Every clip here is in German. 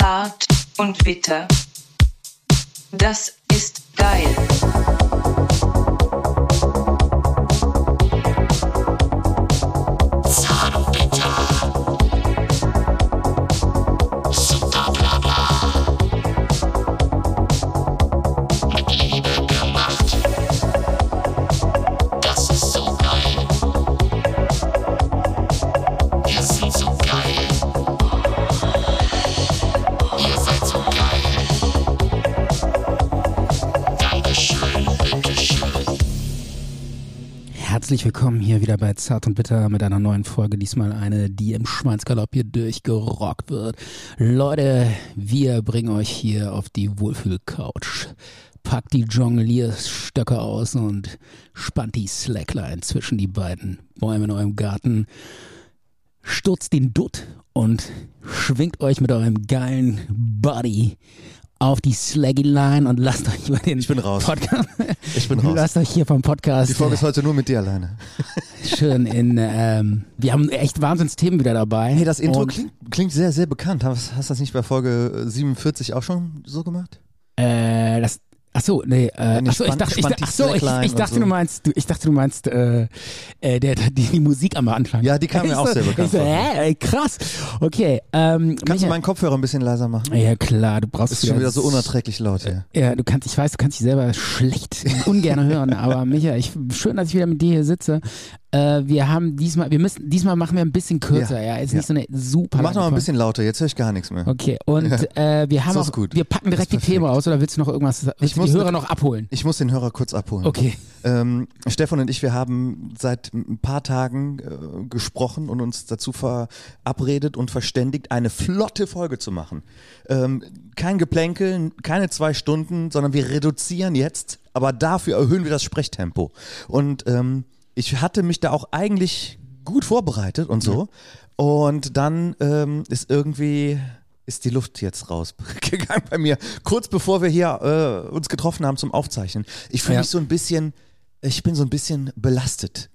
hart und bitter. Das ist geil. Herzlich willkommen hier wieder bei Zart und Bitter mit einer neuen Folge. Diesmal eine, die im Schweinsgalopp hier durchgerockt wird. Leute, wir bringen euch hier auf die Wohlfühlcouch. Packt die Jonglierstöcke aus und spannt die Slackline zwischen die beiden Bäume in eurem Garten. Stürzt den Dutt und schwingt euch mit eurem geilen Body auf die Slaggy Line und lasst euch über den Ich bin raus. Podcast. Ich bin raus. Lasst euch hier vom Podcast. Die Folge ist heute nur mit dir alleine. Schön in, ähm, wir haben echt Wahnsinnsthemen wieder dabei. Hey, das Intro Und, klingt, klingt sehr, sehr bekannt. Hast, hast du das nicht bei Folge äh, 47 auch schon so gemacht? Äh, das, ach so, nee, äh, Eine ach so, ich spann- dachte, ich, spannt dachte- die ach so, ich, Slackline ich und dachte, so. du meinst, du, ich dachte, du meinst, äh, äh, der, der, die, die Musik am Anfang. Ja, die kam mir Ich auch so, sehr bekannt ich so, vor. hä, ey, krass. Okay, ähm, Kannst du Michael- meinen Kopfhörer ein bisschen leiser machen? ja klar, du brauchst Ist Äh, schon wieder so unerträglich laut hier. Ja, du kannst, ich weiß, du kannst dich selber schlecht und ungern hören, aber Micha, ich, schön, dass ich wieder mit dir hier sitze. Äh, wir haben diesmal, wir müssen, diesmal machen wir ein bisschen kürzer, ja. Ja, Ist ja. nicht so eine super. Mach noch mal lange ein Folge. bisschen lauter, jetzt höre ich gar nichts mehr. Okay, und äh, wir haben Das ist auch, gut. wir packen direkt die Das ist Themen aus, oder willst du noch irgendwas, willst du die muss- Hörer noch abholen? Ich muss den Hörer kurz abholen. Okay. Ähm, Stefan und ich, wir haben seit ein paar Tagen äh, gesprochen und uns dazu verabredet und verständigt, eine flotte Folge zu machen. Ähm, kein Geplänkel, keine zwei Stunden, sondern wir reduzieren jetzt, aber dafür erhöhen wir das Sprechtempo. Und ähm, ich hatte mich da auch eigentlich gut vorbereitet und so. Und dann ähm, ist irgendwie ist die Luft jetzt rausgegangen bei mir. Kurz bevor wir hier äh, uns getroffen haben zum Aufzeichnen. Ich fühle Ja. mich so ein bisschen, ich bin so ein bisschen belastet.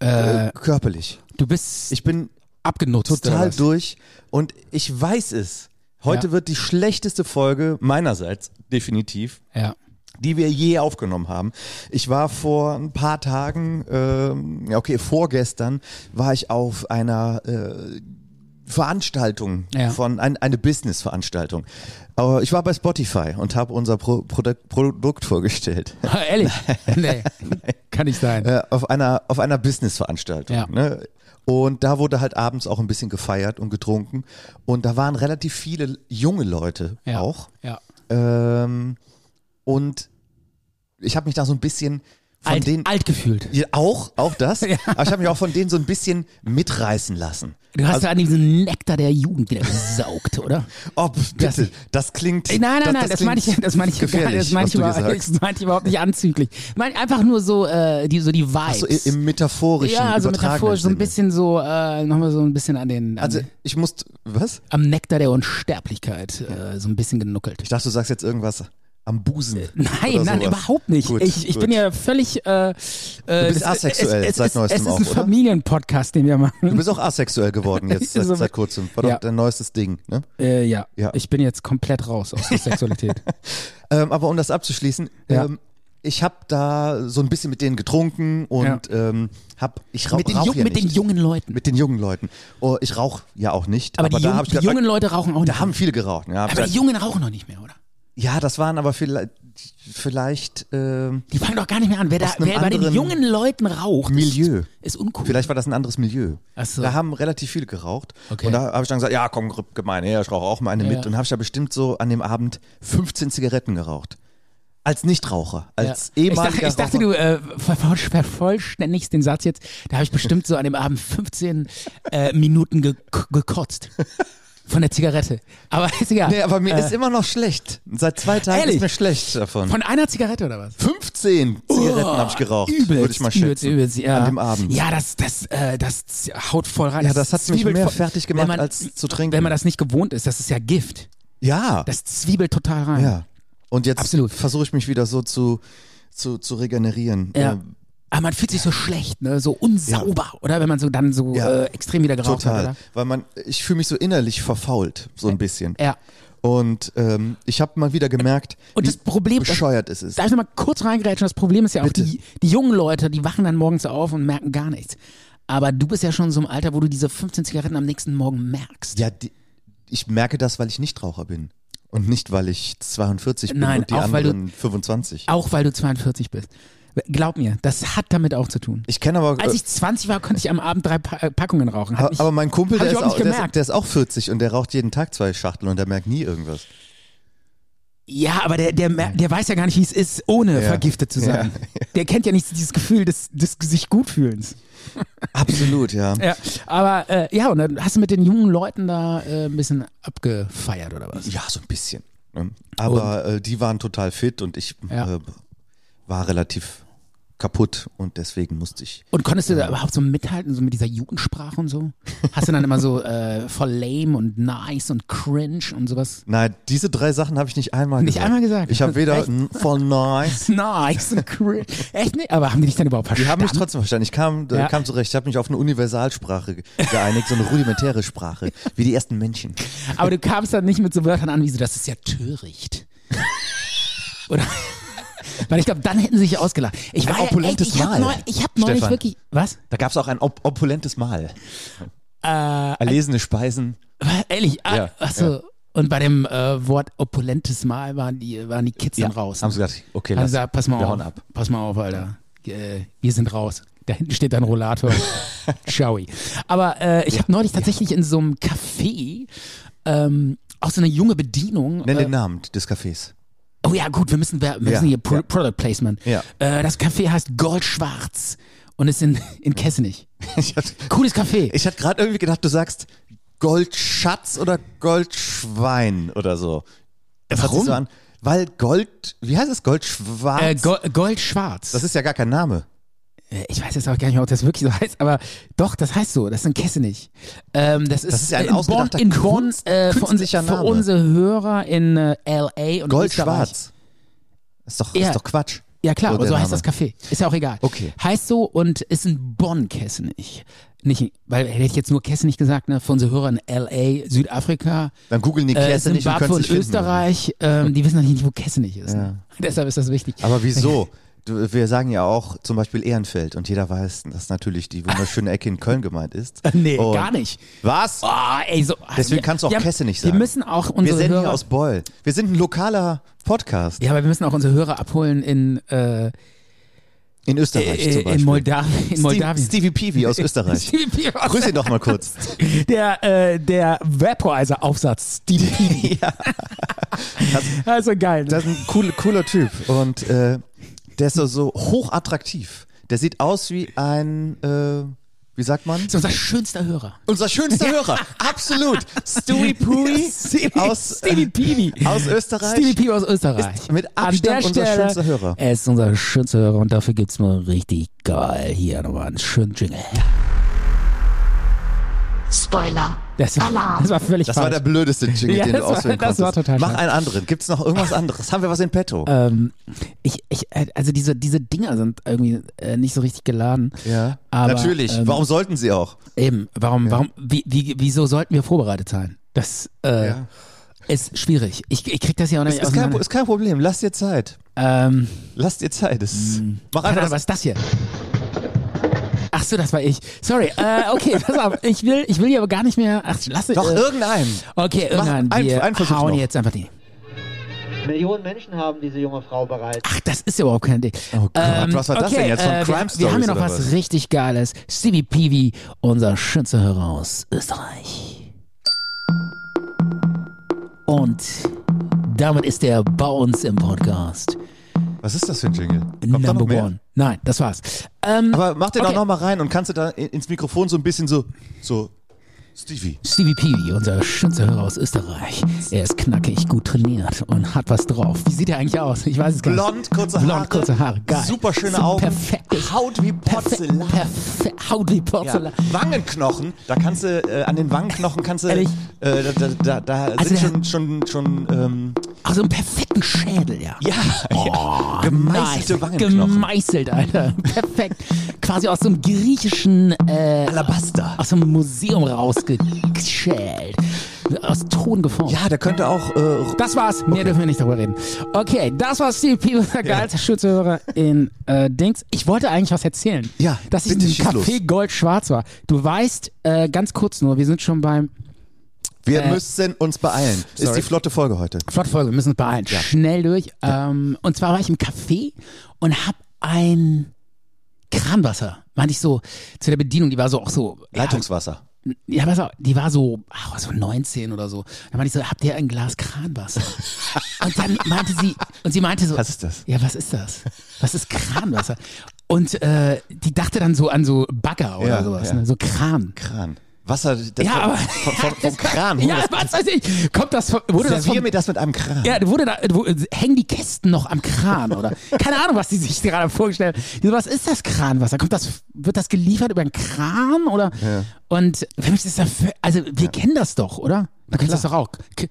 Äh, Äh, körperlich. du bist Ich bin abgenutzt. oder total was? durch und ich weiß es. Heute Ja. wird die schlechteste Folge meinerseits, definitiv, Ja. die wir je aufgenommen haben. Ich war vor ein paar Tagen, ähm, ja, okay, vorgestern war ich auf einer äh, Veranstaltung Ja. von ein, eine Business-Veranstaltung. Aber ich war bei Spotify und habe unser Pro Produkt- Produkt vorgestellt. Ha, Ehrlich? nee. Kann nicht sein. Äh, auf einer, auf einer Business-Veranstaltung. Ja. Ne? Und da wurde halt abends auch ein bisschen gefeiert und getrunken. Und da waren relativ viele junge Leute ja. auch. Ja. Ähm, und ich habe mich da so ein bisschen von Alt, denen. alt gefühlt. Ja, auch, auch das. Aber ich habe mich auch von denen so ein bisschen mitreißen lassen. Du hast ja an diesem Nektar der Jugend wieder gesaugt, oder? Oh, pf, bitte, das, klingt. Ey, Nein, nein, nein, das, klingt meine ich, das meine ich, gar- gefährlich, das meine was ich, du überhaupt, gesagt das meine ich überhaupt nicht anzüglich. Ich meine einfach nur so, äh, die, so die Vibes. Ach so, i- im metaphorischen, ja, also übertragenen metaphorisch, so ein Sinne. bisschen so, äh, nochmal so ein bisschen an den, an, Also ich muss, was? am Nektar der Unsterblichkeit, äh, so ein bisschen genuckelt. Ich dachte, du sagst jetzt irgendwas am Busen. Nein, oder nein, sowas. überhaupt nicht. Gut, ich ich gut. bin ja völlig. Äh, äh, du bist asexuell es, es, seit es, Es neuestem ist auch, ein oder? Familienpodcast, den wir Du machen. bist auch asexuell geworden jetzt seit, So- seit kurzem. War doch Ja. dein neuestes Ding. Ne? Äh, ja. Ja. ich bin jetzt komplett raus aus der Sexualität. Ähm, aber um das abzuschließen, Ja. ähm, ich habe da so ein bisschen mit denen getrunken und ähm, hab, ich rauche mit den, rauch Jungen- ja mit den nicht. jungen Leuten. mit den jungen Leuten. Oh, ich rauche ja auch nicht. aber, Aber, die, da jungen- hab ich die gedacht, jungen Leute rauchen auch nicht. da haben viele geraucht. Ja, aber die Jungen rauchen noch nicht mehr, oder? ja das waren aber vielleicht, vielleicht, ähm, Die fangen doch gar nicht mehr an. Wer, da, Aus einem wer bei den anderen jungen Leuten raucht, Milieu. ist, ist uncool. vielleicht war das ein anderes Milieu. Ach so. Da haben relativ viele geraucht. Okay. Und da habe ich dann gesagt, ja komm, gemein, her, ich rauche auch mal eine Ja. mit. Und habe ich da bestimmt so an dem Abend 15 Zigaretten geraucht. Als Nichtraucher, als Ja. ehemaliger Ich dachte, ich dachte Raucher. du äh, ver- ver- vervollständigst den Satz jetzt. Da habe ich bestimmt so an dem Abend 15 äh, Minuten ge gekotzt. Von der Zigarette. Aber ist egal. Nee, aber mir äh, ist immer noch schlecht. Seit zwei Tagen Ehrlich? ist mir schlecht davon. Von einer Zigarette oder was? 15 Zigaretten habe ich geraucht, Übelst, würde ich mal schätzen. übelst, übelst, ja. An dem Abend. Ja, das, das, äh, das haut voll rein. Ja, das hat mich zwiebelt mehr voll- fertig wenn gemacht, man- als zu trinken. Wenn man das nicht gewohnt ist, das ist ja Gift. ja, Das zwiebelt total rein. ja. Und jetzt Absolut. versuche ich mich wieder so zu, zu, zu regenerieren. Ja. Ähm, Aber man fühlt sich so schlecht, ne? so unsauber, oder? Wenn man so dann so äh, Ja. extrem wieder geraucht total. hat. Weil man, ich fühle mich so innerlich verfault, so ein bisschen. Oder? Ja. Und ähm, ich habe mal wieder gemerkt, Und das Problem- bescheuert es ist. Darf ich nochmal kurz reingrätschen? Das Problem ist ja auch, Bitte. die, die jungen Leute, die wachen dann morgens auf und merken gar nichts. Aber du bist ja schon so im Alter, wo du diese 15 Zigaretten am nächsten Morgen merkst. Ja, die, ich merke das, weil ich Nichtraucher bin. Und nicht, weil ich 42 bin Nein, und die auch weil du- anderen 25. Auch weil du 42 bist. Glaub mir, das hat damit auch zu tun. Ich kenne aber. Als ich 20 war, konnte ich am Abend drei pa äh, Packungen rauchen. Hat mich, aber mein Kumpel, hab der ich ist, überhaupt auch, nicht der, ist, gemerkt. der ist auch 40 und der raucht jeden Tag zwei Schachteln und der merkt nie irgendwas. ja, aber der, der, mer- der weiß ja gar nicht, wie es ist, ohne Ja. vergiftet zu sein. Der kennt ja nicht dieses Gefühl des, des sich gut fühlens. Absolut, ja. Ja, aber äh, ja, und dann hast du mit den jungen Leuten da äh, ein bisschen abgefeiert oder was? Ja, so ein bisschen. ne? Aber äh, die waren total fit und ich Ja. äh, war relativ kaputt und deswegen musste ich. Und konntest du da überhaupt so mithalten, so mit dieser Jugendsprache und so? Hast du dann immer so äh, voll lame und nice und cringe und sowas? Nein, diese drei Sachen habe ich nicht einmal Nicht gesagt. einmal gesagt? Ich habe weder Echt? n- voll nice. Nice und cringe. Echt nicht? Aber haben die dich dann überhaupt Die haben verstanden? mich trotzdem verstanden. Ich kam, äh, Ja. kam zurecht. Ich habe mich auf eine Universalsprache ge- geeinigt, so eine rudimentäre Sprache, wie die ersten Menschen. Aber du kamst dann nicht mit so Wörtern an, wie so, das ist ja töricht. Oder? Weil ich glaube, dann hätten sie sich ausgelacht. Ich Ein war opulentes ja, echt, ich Mahl, Hab neu, ich habe neulich Stefan. wirklich. Was? Da gab es auch ein op opulentes Mahl. Äh, Erlesene Speisen. ehrlich? Ah, Ja, achso. Und bei dem äh, Wort opulentes Mahl waren die, waren die Kids dann raus. ne? Haben sie gesagt, okay, Haben lass, sie gesagt, Also pass mal wir auf, hauen ab. pass mal auf, Alter. Äh, wir sind raus. Da hinten steht ein Rollator. Ciao. Aber äh, ich habe neulich tatsächlich in so einem Café ähm, auch so eine junge Bedienung. Nenn äh, den Namen des Cafés. Oh ja, gut, wir müssen, wir müssen Ja, hier Pro ja. Product Placement. Ja. Äh, das Café heißt Goldschwarz und ist in, in Kessenich. Ich hatte, Cooles Café. ich hatte gerade irgendwie gedacht, du sagst Goldschatz oder Goldschwein oder so. Das hört sich Warum? So an, weil Gold, wie heißt es? Goldschwarz? Äh, Go Goldschwarz. das ist ja gar kein Name. Äh, ich weiß jetzt auch gar nicht, ob das wirklich so heißt, aber doch, das heißt so. Das ist in Kessenich. Ähm, das, ist Das ist ja ein in Bonn, ausgedachter in Bonn Kunst- äh, für, uns, künstlicher für Name. unsere Hörer in äh, L.A. und Österreich. Goldschwarz. Ist doch, Ja. ist doch Quatsch. Ja klar, So aber der so heißt Name. das Café. Ist ja auch egal. Okay. Heißt so und ist in Bonn Kessenich. Nicht, weil hätte ich jetzt nur Kessenich gesagt, ne? Für unsere Hörer in L.A., Südafrika, Dann googeln die äh, Käse nicht und Zimbabwe können und nicht finden. Österreich, ähm, die wissen noch nicht, wo Kessenich ist. Ne? Deshalb ist das wichtig. Aber wieso? Du, wir sagen ja auch zum Beispiel Ehrenfeld und jeder weiß, dass natürlich die wunderschöne Ecke in Köln gemeint ist. nee, und gar nicht. Was? Oh, ey, so, Deswegen kannst du auch wir, Kessenich Wir sagen. müssen auch wir unsere senden Hörer, hier aus Beul. Wir sind ein lokaler Podcast. Ja, aber wir müssen auch unsere Hörer abholen in, äh, In Österreich äh, zum Beispiel. in, Moldawien, in Moldawien. Stevie Peavy aus Österreich. Stevie P. aus- Grüß ihn doch mal kurz. Der, äh, der Vaporizer-Aufsatz, Stevie P. ja, Also geil. das ist ein cool, cooler Typ. Und äh, der ist so, so hochattraktiv. Der sieht aus wie ein, äh, wie sagt man? Das ist unser schönster Hörer. Unser schönster Hörer. Absolut. Stewie Pui Stevie, aus, äh, ähm, Stevie Peavy. aus Österreich. Stevie P. aus Österreich. Ist mit An Abstand der unser Stelle, schönster Hörer. Er ist unser schönster Hörer und dafür gibt's mal richtig geil hier nochmal einen schönen Jingle. Spoiler. Das war, Alarm. das war völlig Das war falsch. der blödeste Jingle, Ja, den du das war- auswählen das konntest. war total Mach schlecht. einen anderen. Gibt's noch irgendwas anderes? Haben wir was in petto? ähm, ich, ich, äh, also diese, diese Dinger sind irgendwie äh, nicht so richtig geladen. ja. aber, Natürlich. ähm, Warum sollten sie auch? Eben, warum, warum, wie, wie, wieso sollten wir vorbereitet sein? Das äh, Ja. ist schwierig. Ich, ich krieg das ja auch nicht Ist kein, auseinander. ist kein Problem. Lass dir Zeit. ähm, Lass dir Zeit. Es- Mach Keine einfach Ahnung, das Mm. was ist das hier? Ach so, das war ich. Sorry. Äh, okay, pass auf. Ich will, ich will hier aber gar nicht mehr. Ach, lass Doch, äh, irgendeinen. Okay, irgendwann. ein- wir ein Versuch hauen noch. jetzt einfach die. Millionen Menschen haben diese junge Frau bereits. Ach, das ist ja überhaupt kein Ding. Oh Gott, was war das okay, denn jetzt? Von äh, wir, Crime wir haben Stories hier noch oder was, was? richtig Geiles. Stevie Peavy, unser schönster Hörer aus Österreich. Und damit ist er bei uns im Podcast. Was ist das für ein Jingle? Kommt da noch Number mehr? one. Nein, das war's. Ähm, Aber mach den Okay. auch noch mal rein und kannst du da in- ins Mikrofon so ein bisschen so, so, Stevie. Stevie Peavy, unser schönster Hörer aus Österreich. Er ist knackig, gut trainiert und hat was drauf. Wie sieht er eigentlich aus? Ich weiß es gar nicht. Blond, kurze Haare. Blond, kurze Haare. Geil. Super schöne so Augen. Perfekt. Haut wie Porzellan. Perfekt. Haut wie Porzellan. Wangenknochen, da kannst du, äh, an den Wangenknochen kannst du, äh, Ehrlich? da, da, da, da Also der sind schon, schon, schon, ähm, Also einen perfekten Schädel, ja. ja, ja, gemeißelte Oh, nice. Wangenknochen. Gemeißelt, Alter. Perfekt. Quasi aus so einem griechischen, äh, Alabaster. aus so einem Museum rausgeschält. aus Ton geformt. Ja, der könnte auch. Äh, Das war's. Mehr dürfen wir nicht drüber reden. Okay, das war Steve People, der geilste Schützhörer in äh, Dings. Ich wollte eigentlich was erzählen. Ja, Dass ich in bitte diesem schieß los. Café goldschwarz war. Du weißt, äh, ganz kurz nur, wir sind schon beim wir äh, müssen uns beeilen. Ist sorry. die flotte Folge heute. Flottfolge, wir müssen uns beeilen. Schnell durch. Ähm, und zwar war ich im Café und hab ein Kranwasser. Meinte ich so, zu der Bedienung, die war so auch so. Ja, Leitungswasser. Ja, pass auf, die war so, ach, so 19 oder so. Dann meinte ich so, habt ihr ein Glas Kranwasser? und dann meinte sie, und sie meinte so, Was ist das? Ja, was ist das? Was ist Kranwasser? und äh, die dachte dann so an so Bagger oder Ja, sowas, ja. ne? so Kran. Kran. Wasser das Ja, aber vom, vom, vom Kran. ja, was weiß ich. Kommt das von, wurde das Servier vom, mir das mit einem Kran. ja, wurde da, wo, hängen die Kästen noch am Kran oder? Keine Ahnung, was die sich gerade vorgestellt haben. Die so, Was ist das Kranwasser? Kommt das, wird das geliefert über einen Kran oder? Und für mich ist das, vö- also wir kennen das doch, oder? Man kennt das doch auch. K-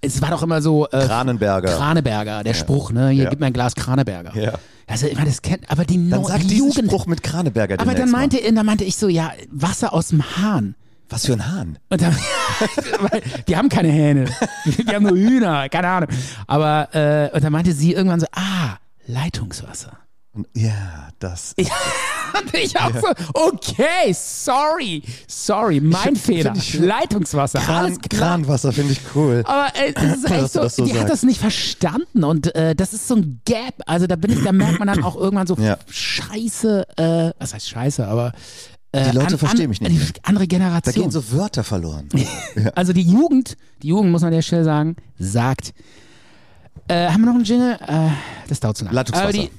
Es war doch immer so äh, Kranenberger. Kraneberger, der Spruch, ne? Hier Ja. gib mir ein Glas Kraneberger. Ja. Also ich meine, das kennt, aber die, Neu- Dann sag die diesen Jugend. Spruch mit Kraneberger aber dann demnächst mal. meinte, dann meinte ich so, ja, Wasser aus dem Hahn. Was für ein Hahn. Und dann, weil die haben keine Hähne. Die haben nur Hühner, keine Ahnung. Aber, äh, und dann meinte sie irgendwann so, ah, Leitungswasser. Und- Ja, das. Und ich auch so, okay, sorry, sorry, mein Fehler. ich- Leitungswasser, Kran, alles klar. Kranwasser finde ich cool. Aber äh, das ist echt Dass du so, das so die hat sagst. das nicht verstanden und äh, das ist so ein Gap. Also da bin ich, da merkt man dann auch irgendwann so Ja. Scheiße, äh, was heißt Scheiße, aber äh, Die Leute verstehen mich nicht die mehr. Andere Da Generation. gehen so Wörter verloren. Also die Jugend, die Jugend muss man an der Stelle sagen, sagt. Äh, haben wir noch einen Jingle? Äh, das dauert zu lange. Leitungswasser. Aber die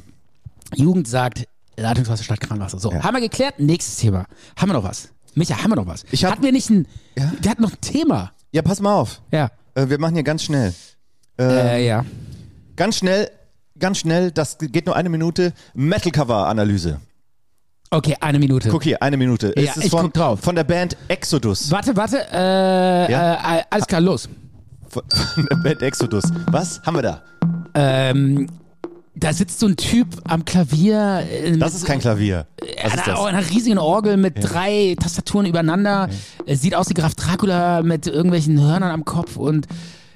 Jugend sagt Leitungswasser statt Kranwasser. So, Ja. haben wir geklärt. Nächstes Thema. Haben wir noch was? Micha, haben wir noch was? Ich hab- hatten wir nicht ein. Ja? Wir hatten noch ein Thema. Ja, pass mal auf. Ja. Äh, wir machen hier ganz schnell. Ähm. Äh, ja. Ganz schnell, ganz schnell, das geht nur eine Minute. Metal-Cover-Analyse. Okay, eine Minute. Guck hier, eine Minute. Ja, ich von, guck drauf. von der Band Exodus. Warte, warte. Äh, Ja? äh, alles klar, los. Von, von der Band Exodus. Was haben wir da? Ähm, da sitzt so ein Typ am Klavier. äh, Das ist kein Klavier. Was ist einer, das? einer riesigen Orgel mit drei Tastaturen übereinander. Äh, Sieht aus wie Graf Dracula mit irgendwelchen Hörnern am Kopf und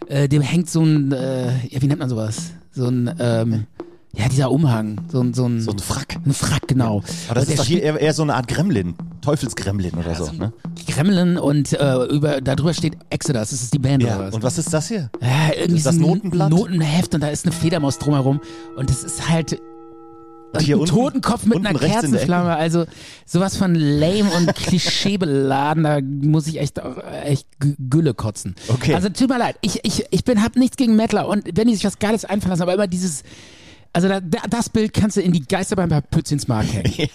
äh, dem hängt so ein, äh, ja, wie nennt man sowas? So ein, ähm, ja, dieser Umhang. So ein, so ein, So ein Frack. ein Frack, genau. Aber Und das der ist doch hier spielt eher, eher so eine Art Gremlin. Teufelsgremlin oder so. Ne? Kremlin und äh, über, darüber steht Exodus. Das ist die Band Ja. oder was? Und was ist das hier? Ja, Äh, irgendwie Ist das so ein Notenblatt? Notenheft und da ist eine Fledermaus drumherum und das ist halt Und hier ein unten- Totenkopf mit unten einer rechts in der Ecke. Kerzenflamme. Also sowas von lame und klischeebeladen, da muss ich echt, auch echt Gü- Gülle kotzen. Okay. Also tut mir leid, ich, ich, ich bin, hab nichts gegen Mettler und wenn die sich was Geiles einfallen lassen, aber immer dieses, also da, da, das Bild kannst du in die Geisterbahn bei Pützinsmark hängen.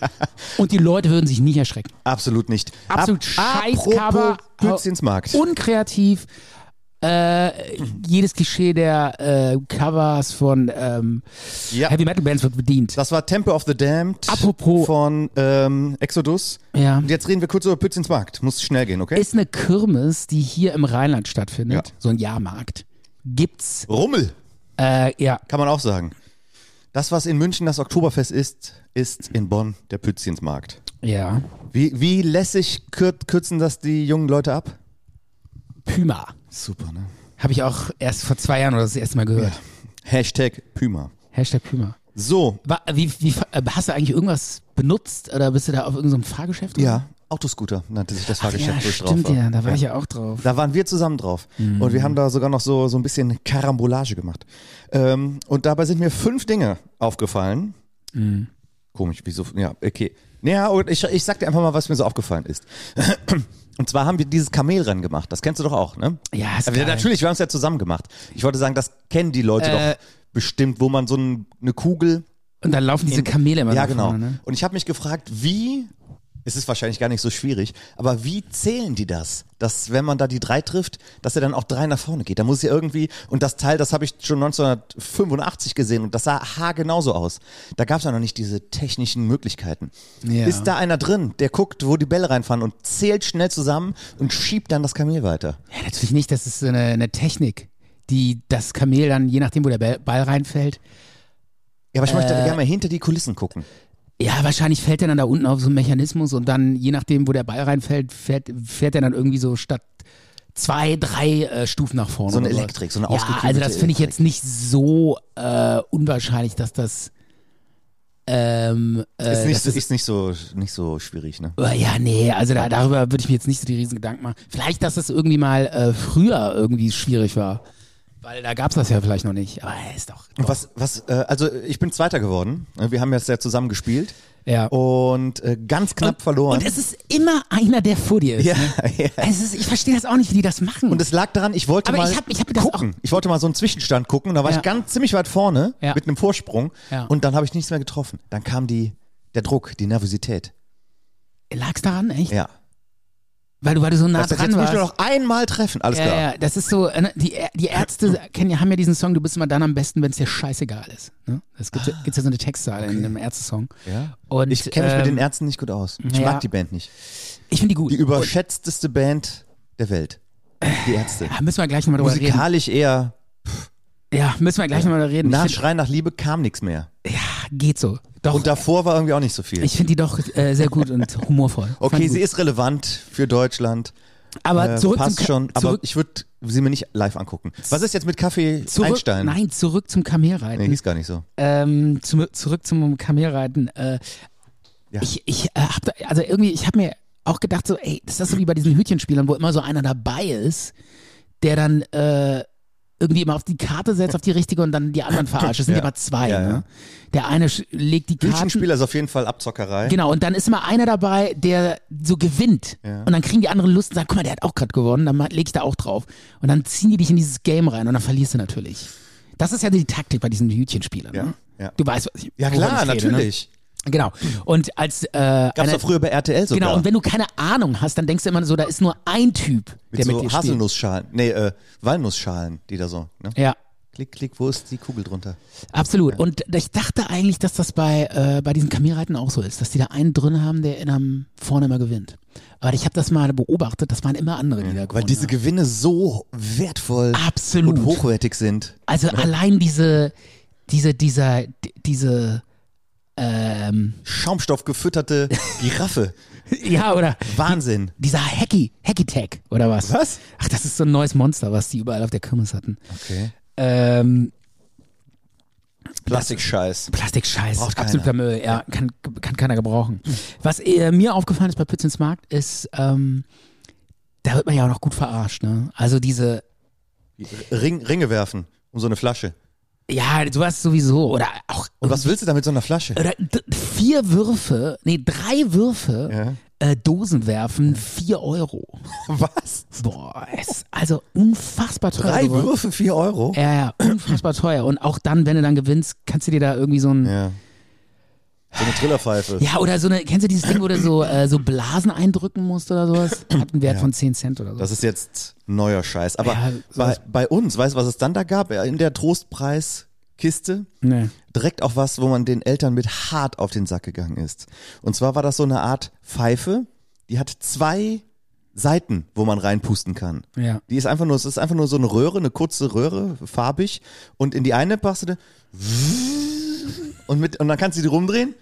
Und die Leute würden sich nicht erschrecken. Absolut nicht. Absolut Ab- scheiß Cover. Apropos Pützinsmarkt. unkreativ. Äh, jedes Klischee der äh, Covers von ähm, Ja. Heavy Metal Bands wird bedient. Das war Temple of the Damned Apropos- von ähm, Exodus. Ja. Und jetzt reden wir kurz über Pützinsmarkt. Muss schnell gehen, okay? Ist eine Kirmes, die hier im Rheinland stattfindet, Ja. so ein Jahrmarkt. Gibt's. Rummel, Äh, ja, kann man auch sagen. Das, was in München das Oktoberfest ist, ist in Bonn der Pützinsmarkt. ja. Wie, wie lässig kür kürzen das die jungen Leute ab? Puma. Super, ne? Habe ich auch erst vor zwei Jahren oder das erste Mal gehört. Hashtag Püma. Hashtag Puma. So, Wa- Wie, wie, äh, hast du eigentlich irgendwas benutzt oder bist du da auf irgendeinem Fahrgeschäft? ja, Autoscooter nannte sich das Fahrgeschäft, Ja, wo ich stimmt drauf war. ja, da war ich ja auch drauf. Da waren wir zusammen drauf. Und wir haben da sogar noch so, so ein bisschen Karambolage gemacht. Ähm, und dabei sind mir fünf Dinge aufgefallen. Mhm. Komisch, wieso? Ja, okay. Naja, und ich, ich sag dir einfach mal, was mir so aufgefallen ist. Und zwar haben wir dieses Kamelrennen gemacht. Das kennst du doch auch, ne? Ja, ist Aber wir- geil. Natürlich, wir haben es ja zusammen gemacht. Ich wollte sagen, das kennen die Leute Äh. doch bestimmt, wo man so ein, eine Kugel Und dann laufen diese Kamele immer ja, nach genau. vorne, ne? Und ich habe mich gefragt, wie, es ist wahrscheinlich gar nicht so schwierig, aber wie zählen die das? Dass, wenn man da die drei trifft, dass er dann auch drei nach vorne geht. Da muss ja irgendwie, und das Teil, das habe ich schon 1985 gesehen und das sah haargenauso aus. Da gab es ja noch nicht diese technischen Möglichkeiten. Ja. Ist da einer drin, der guckt, wo die Bälle reinfahren und zählt schnell zusammen und schiebt dann das Kamel weiter? Ja, natürlich nicht. Das ist so eine, eine Technik, die das Kamel dann, je nachdem, wo der Ball- Ball reinfällt, Ja, aber ich Äh, möchte gerne mal hinter die Kulissen gucken. ja, wahrscheinlich fällt er dann da unten auf so einen Mechanismus und dann, je nachdem, wo der Ball reinfällt, fährt, fährt er dann irgendwie so statt zwei, drei äh, Stufen nach vorne. So eine oder was. Elektrik, so eine Ja, ausgeklügelte also das finde ich Elektrik. jetzt nicht so äh, unwahrscheinlich, dass das ähm, äh, Ist, nicht, das so- ist nicht, so, nicht so schwierig, ne? Oh, Ja, nee, also da, darüber würde ich mir jetzt nicht so die riesen Gedanken machen. Vielleicht, dass es irgendwie mal äh, früher irgendwie schwierig war. Weil da gab's das ja vielleicht noch nicht. Aber ist doch. Und was, was, äh, also ich bin Zweiter geworden. Wir haben jetzt ja zusammen gespielt Ja. und äh, ganz knapp verloren. Und es ist immer einer, der vor dir ist. ja, Ne? ja. Es ist, ich verstehe das auch nicht, wie die das machen. Und es lag daran, ich wollte Aber mal ich hab- ich hab das gucken. Ich wollte mal so einen Zwischenstand gucken. Und da war Ja. ich ganz ziemlich weit vorne Ja. mit einem Vorsprung. Ja. Und dann habe ich nichts mehr getroffen. Dann kam die, der Druck, die Nervosität. lag's daran, echt? Ja. Weil du, weil du so nah Das heißt, dran jetzt muss ich warst. nur noch einmal treffen. Alles klar. ja, ja, das ist so, äh, ne, die, Ä- die Ärzte kennen, ja- haben ja diesen Song, du bist immer dann am besten, wenn es dir scheißegal ist. Ne? Das gibt ja, gibt's ja so eine Textzeile in einem Ärzte-Song. Ah, Ja. Und, Ich kenne mich mit ähm, den Ärzten nicht gut aus. Ich ja. mag die Band nicht. Ich finde die gut. Die überschätzteste Band der Welt. Die Ärzte. da müssen wir gleich nochmal drüber reden. Musikalisch eher Ja, müssen wir gleich nochmal drüber reden. Ich nach find, Schrei nach Liebe kam nichts mehr. geht so. Doch, Und davor war irgendwie auch nicht so viel. ich finde die doch äh, sehr gut und humorvoll. Fand okay, die sie gut. ist relevant für Deutschland. aber Äh, zurück zum passt Ka- schon, aber zurück, ich würde sie mir nicht live angucken. Was ist jetzt mit Kaffee zurück, Einstein? Nein, zurück zum Nee, Kamelreiten. hieß gar nicht so. ähm, zum, zurück zum Kamelreiten. Äh, Ja. Ich, ich äh, hab da, also irgendwie, ich habe mir auch gedacht, so, ey, das ist das so wie bei diesen Hütchenspielern, wo immer so einer dabei ist, der dann äh, irgendwie immer auf die Karte setzt, auf die richtige und dann die anderen verarscht. Es sind Ja. immer zwei. Ja, ja. Ne? Der eine sch- legt die Karten. Bildchenspieler ist auf jeden Fall Abzockerei. Genau, und dann ist immer einer dabei, der so gewinnt. Ja. Und dann kriegen die anderen Lust und sagen, guck mal, der hat auch gerade gewonnen, dann leg ich da auch drauf. Und dann ziehen die dich in dieses Game rein und dann verlierst du natürlich. Das ist ja die Taktik bei diesen Hütchenspielern. Ja, Ne? ja. Du weißt, was ich Ja worüber klar, ich rede, natürlich. Ne? Genau. Und als äh, einer, Gab's doch früher bei RTL sogar. genau, und wenn du keine Ahnung hast, dann denkst du immer so, da ist nur ein Typ, mit der mit so dir spielt. Haselnussschalen, nee, äh, Walnussschalen, die da so, ne? Ja. Klick, klick, wo ist die Kugel drunter? Absolut. Und ich dachte eigentlich, dass das bei, äh, bei diesen Kamelreiten auch so ist, dass die da einen drin haben, der in einem vorne immer gewinnt. Aber ich habe das mal beobachtet, das waren immer andere, die da gewonnen Mhm. Weil diese haben. Gewinne so wertvoll Oh Absolut. und hochwertig sind. Also allein diese, diese, dieser, di- diese, Schaumstoff gefütterte Giraffe. ja, oder Wahnsinn. dieser Hacky, Hacky Tag, oder was? Was? Ach, das ist so ein neues Monster, was die überall auf der Kirmes hatten. Okay. Ähm, Plastikscheiß. Plastikscheiß, Braucht absoluter Müll, ja, kann, kann keiner gebrauchen. Was äh, mir aufgefallen ist bei Pützens Markt ist, ähm, da wird man ja auch noch gut verarscht, ne? Also diese, Ring, Ringe werfen um so eine Flasche. ja, sowas sowieso, oder auch, Und was willst du da mit so einer Flasche? oder d- vier Würfe, nee, drei Würfe, Ja. äh, Dosen werfen, vier Euro. Was? Boah, es ist also unfassbar teuer. Drei geworden. Würfe, Ähm. vier Euro? Ja, ja, unfassbar teuer. Und auch dann, wenn du dann gewinnst, kannst du dir da irgendwie so ein. Ja, Ja. So eine Trillerpfeife. oder so eine. Kennst du dieses Ding, wo du so, äh, so Blasen eindrücken musst oder sowas? Hat einen Wert von 10 Cent oder so. Das ist jetzt neuer Scheiß. Aber Ja, bei, sowas- bei uns, weißt du, was es dann da gab? In der Trostpreiskiste nee. direkt auch was, wo man den Eltern mit hart auf den Sack gegangen ist. Und zwar war das so eine Art Pfeife, die hat zwei Seiten, wo man reinpusten kann. Ja. Die ist einfach nur, es ist einfach nur so eine Röhre, eine kurze Röhre, farbig. Und in die eine passt du und mit und dann kannst du die rumdrehen.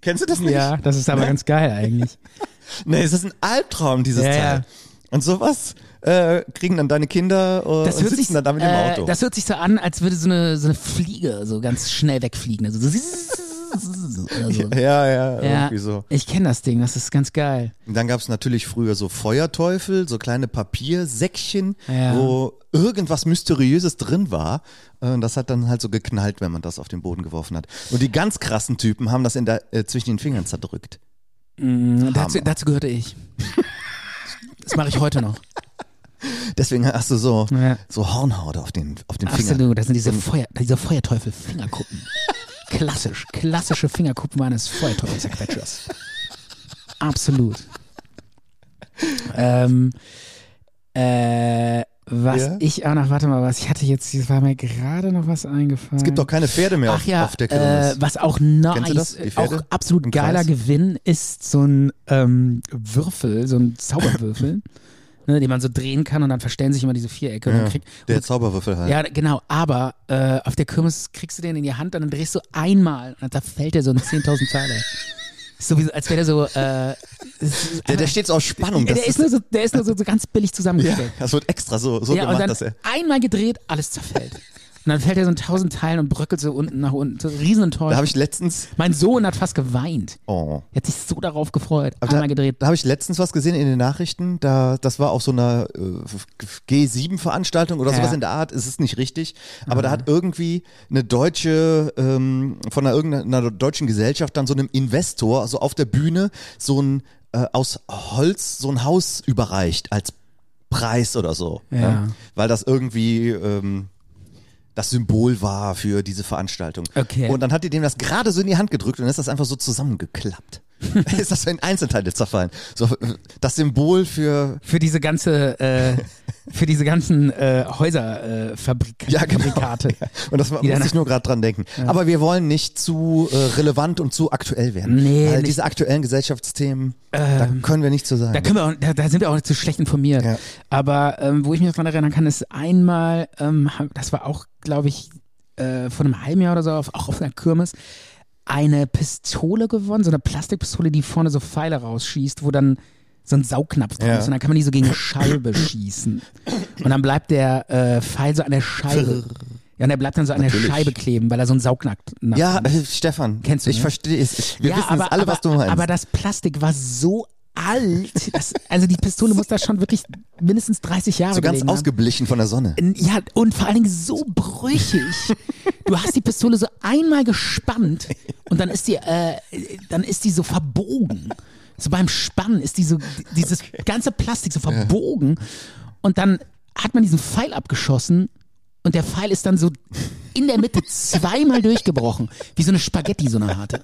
Kennst du das nicht? Ja, das ist aber ganz geil eigentlich. Nee, es ist ein Albtraum, dieses Ja, Teil. ja. Und sowas äh, kriegen dann deine Kinder äh, Das und hört, sitzen sich, dann damit im äh, Auto. das hört sich so an, als würde so eine, so eine Fliege so ganz schnell wegfliegen. Also so oder so. ja, ja, irgendwie ja, so. Ich kenne das Ding, das ist ganz geil. Und dann gab's natürlich früher so Feuerteufel, so kleine Papiersäckchen, Ja. wo irgendwas Mysteriöses drin war. Äh, Und das hat dann halt so geknallt, wenn man das auf den Boden geworfen hat. Und die ganz krassen Typen haben das in der, äh, zwischen den Fingern zerdrückt. Mhm, dazu, Hammer. dazu gehörte ich. Das mache ich heute noch. Deswegen hast du so, Ja. so Hornhaut auf den, auf den Fingern. Absolut, das sind diese, Feuer, diese Feuerteufel-Fingerkuppen. Klassisch, klassische Fingerkuppen eines Feuerteufelsquetschers. Absolut. ähm, äh, was Ja? ich auch noch, warte mal, was ich hatte jetzt, es war mir gerade noch was eingefallen. Es gibt doch keine Pferde mehr Ach auf, ja, auf der äh, Kirmes. was auch nice, äh, du das, die auch Pferde absolut im geiler Kreis? Gewinn ist so ein ähm, Würfel, so ein Zauberwürfel, ne, den man so drehen kann und dann verstellen sich immer diese Vierecke und ja, man kriegt. der Zauberwürfel halt. Ja, genau, aber äh, auf der Kirmes kriegst du den in die Hand und dann drehst du einmal und dann zerfällt der so in 10.000 Teile. Sowieso, als wäre der so. Äh, es ist Der, der einfach- steht so auf Spannung. Das der ist nur, so, der ist nur so, so ganz billig ja, zusammengestellt. das wird extra so, so und gemacht, dann dass er. einmal gedreht, alles zerfällt. Und dann fällt er so in tausend Teilen und bröckelt so unten nach unten. So Da riesenenttäuscht. habe ich letztens. Mein Sohn hat fast geweint. Oh. Er hat sich so darauf gefreut. Aber einmal da, gedreht. Da habe ich letztens was gesehen in den Nachrichten. Da, das war auf so einer äh, G7-Veranstaltung oder Ja. Mhm. sowas in der Art. Es ist nicht richtig. Aber da hat irgendwie eine deutsche, ähm, von einer, irgendeiner deutschen Gesellschaft dann so einem Investor, also auf der Bühne, so ein äh, aus Holz, so ein Haus überreicht als Preis oder so. Ja. Weil das irgendwie. Ähm, das Symbol war für diese Veranstaltung. Okay. Und dann hat die dem das gerade so in die Hand gedrückt und dann ist das einfach so zusammengeklappt. ist das in Einzelteile zerfallen. So, das Symbol für, Für diese ganze, äh, für diese ganzen äh, Häuserfabrikate. Äh, Fabrik- Ja, genau. Fabrikate. und das Die dann- muss ich nur gerade dran denken. Aber wir wollen nicht zu äh, relevant und zu aktuell werden. Nee, Weil nicht. Ähm, diese aktuellen Gesellschaftsthemen, da können wir nicht zu sagen. Da, können wir auch, da, da sind wir auch zu schlecht informiert. Ja. Aber ähm, wo ich mich daran erinnern kann, ist einmal, ähm, hab- das war auch, glaube ich, äh, vor einem halben Jahr oder so, auf, auch auf einer Kirmes, eine Pistole gewonnen, so eine Plastikpistole, die vorne so Pfeile rausschießt, wo dann so ein Saugnapf dran Ja. ist und dann kann man die so gegen eine Scheibe schießen. Und dann bleibt der äh, Pfeil so an der Scheibe. Ja, und der bleibt dann so an Natürlich. der Scheibe kleben, weil er so ein Saugnapf Napf ja, ist. äh, Stefan, Kennst du, ich ne? verstehe es. Wir wissen jetzt alle, aber, was du meinst. Aber das Plastik war so alt. Das, also die Pistole muss da schon wirklich mindestens 30 Jahre so ganz gelegen ne? haben. ausgeblichen von der Sonne. Ja, und vor allen Dingen so brüchig. Du hast die Pistole so einmal gespannt und dann ist die, äh, dann ist die so verbogen. So beim Spannen ist die so, dieses ganze Plastik so verbogen. Und dann hat man diesen Pfeil abgeschossen und der Pfeil ist dann so in der Mitte zweimal durchgebrochen. Wie so eine Spaghetti, so eine harte.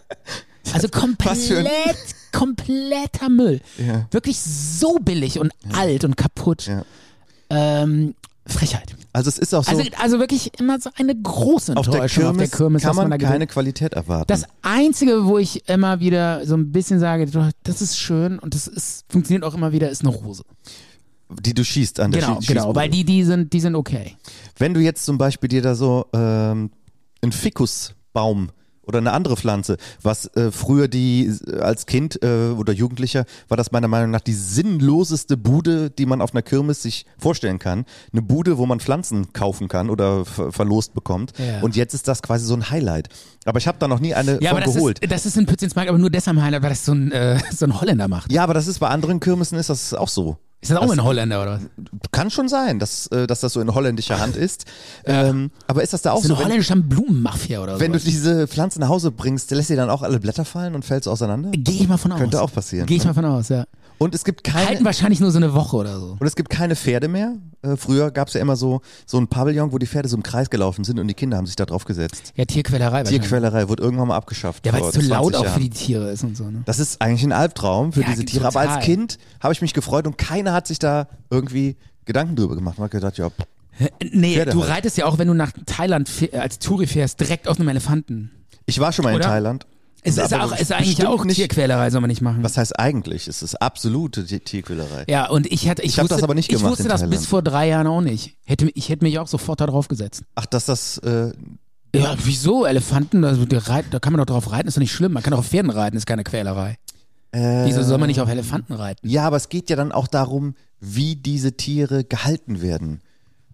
Also Was für ein- komplett, kompletter Müll. Ja. Wirklich so billig und alt und kaputt. Ja. Ähm, Frechheit. Also es ist auch so, Also, also wirklich immer so eine große auf, der Enttäuschung Kirmes auf der Kirmes, kann was man, man, da keine gewinnt. Qualität erwarten. Das Einzige, wo ich immer wieder so ein bisschen sage, doch, das ist schön und das ist, funktioniert auch immer wieder, ist eine Rose. die du schießt an der Genau, Schie- genau, Schießbude. weil die, die sind, die sind okay. Wenn du jetzt zum Beispiel dir da so ähm, einen Fikusbaum oder eine andere Pflanze, was äh, früher die äh, als Kind äh, oder Jugendlicher war das meiner Meinung nach die sinnloseste Bude, die man auf einer Kirmes sich vorstellen kann. Eine Bude, wo man Pflanzen kaufen kann oder ver verlost bekommt. Ja. Und jetzt ist das quasi so ein Highlight. Aber ich habe da noch nie eine Ja, von aber das geholt. ist, das ist in Pützins Markt, aber nur deshalb Highlight, weil das so ein, äh, so ein Holländer macht. ja, aber das ist bei anderen Kirmesen ist das auch so. Ist das auch Das- ein Holländer oder was? Kann schon sein, dass, äh, dass das so in holländischer Hand ist. Ähm, aber ist das da auch So so? eine wenn- holländische Blumenmafia oder so. Wenn du diese Pflanzen nach Hause bringst, lässt dir dann auch alle Blätter fallen und fällst auseinander? Gehe ich mal von aus. Könnte auch passieren. Gehe ich mal von aus, ja. Und es gibt Halten keine, wahrscheinlich nur so eine Woche oder so. und es gibt keine Pferde mehr. Äh, früher gab es ja immer so, so ein Pavillon, wo die Pferde so im Kreis gelaufen sind und die Kinder haben sich da drauf gesetzt. Ja, Tierquälerei wahrscheinlich. Tierquälerei wurde irgendwann mal abgeschafft. Ja, weil vor es zu laut 20 auch für Jahren. die Tiere ist und so, ne? Das ist eigentlich ein Albtraum für Ja, diese Tiere. Aber total. als Kind habe ich mich gefreut und keiner hat sich da irgendwie Gedanken drüber gemacht. Man hat gedacht, ja, pff. Nee, Pferde du halt. reitest ja auch, wenn du nach Thailand fäh- als Touri fährst, direkt auf einem Elefanten. ich war schon mal in Oder? Thailand. Es Und ist, aber auch, ist eigentlich bestimmt auch nicht. Tierquälerei, soll man nicht machen. Was heißt eigentlich? Es ist absolute Tier- Tierquälerei. Ja, und ich hatte, ich, Ich hab wusste, das aber nicht ich gemacht wusste in das bis Thailand. vor drei Jahren auch nicht. Hätte, ich hätte mich auch sofort da drauf gesetzt. Ach, dass das äh, Ja, wieso? Elefanten, also die reit, da kann man doch drauf reiten, ist doch nicht schlimm. Man kann auch auf Pferden reiten, ist keine Quälerei. Äh. Wieso soll man nicht auf Elefanten reiten? Ja, aber es geht ja dann auch darum, wie diese Tiere gehalten werden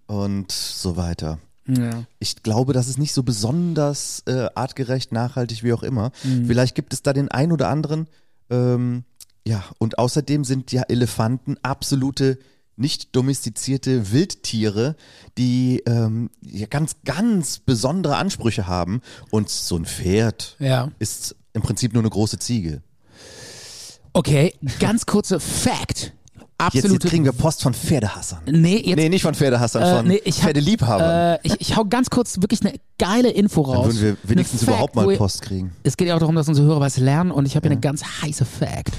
und so weiter. Ja. Ich glaube, das ist nicht so besonders äh, artgerecht, nachhaltig, wie auch immer. Mhm. Vielleicht gibt es da den einen oder anderen. Ähm, ja, und außerdem sind ja Elefanten absolute nicht domestizierte Wildtiere, die ähm, ja ganz, ganz besondere Ansprüche haben. Und so ein Pferd Ja. ist im Prinzip nur eine große Ziege. Okay, ganz kurze Fact. Jetzt, jetzt Absolute. kriegen wir Post von Pferdehassern. nee, jetzt nee, nicht von Pferdehassern, Äh, von nee, ich hab- Pferdeliebhabern. Äh, ich, ich hau ganz kurz wirklich eine geile Info Dann raus. würden wir Eine wenigstens Fact, überhaupt wo mal ihr- Post kriegen. Es geht ja auch darum, dass unsere Hörer was lernen und ich habe hier eine ganz heiße Fact.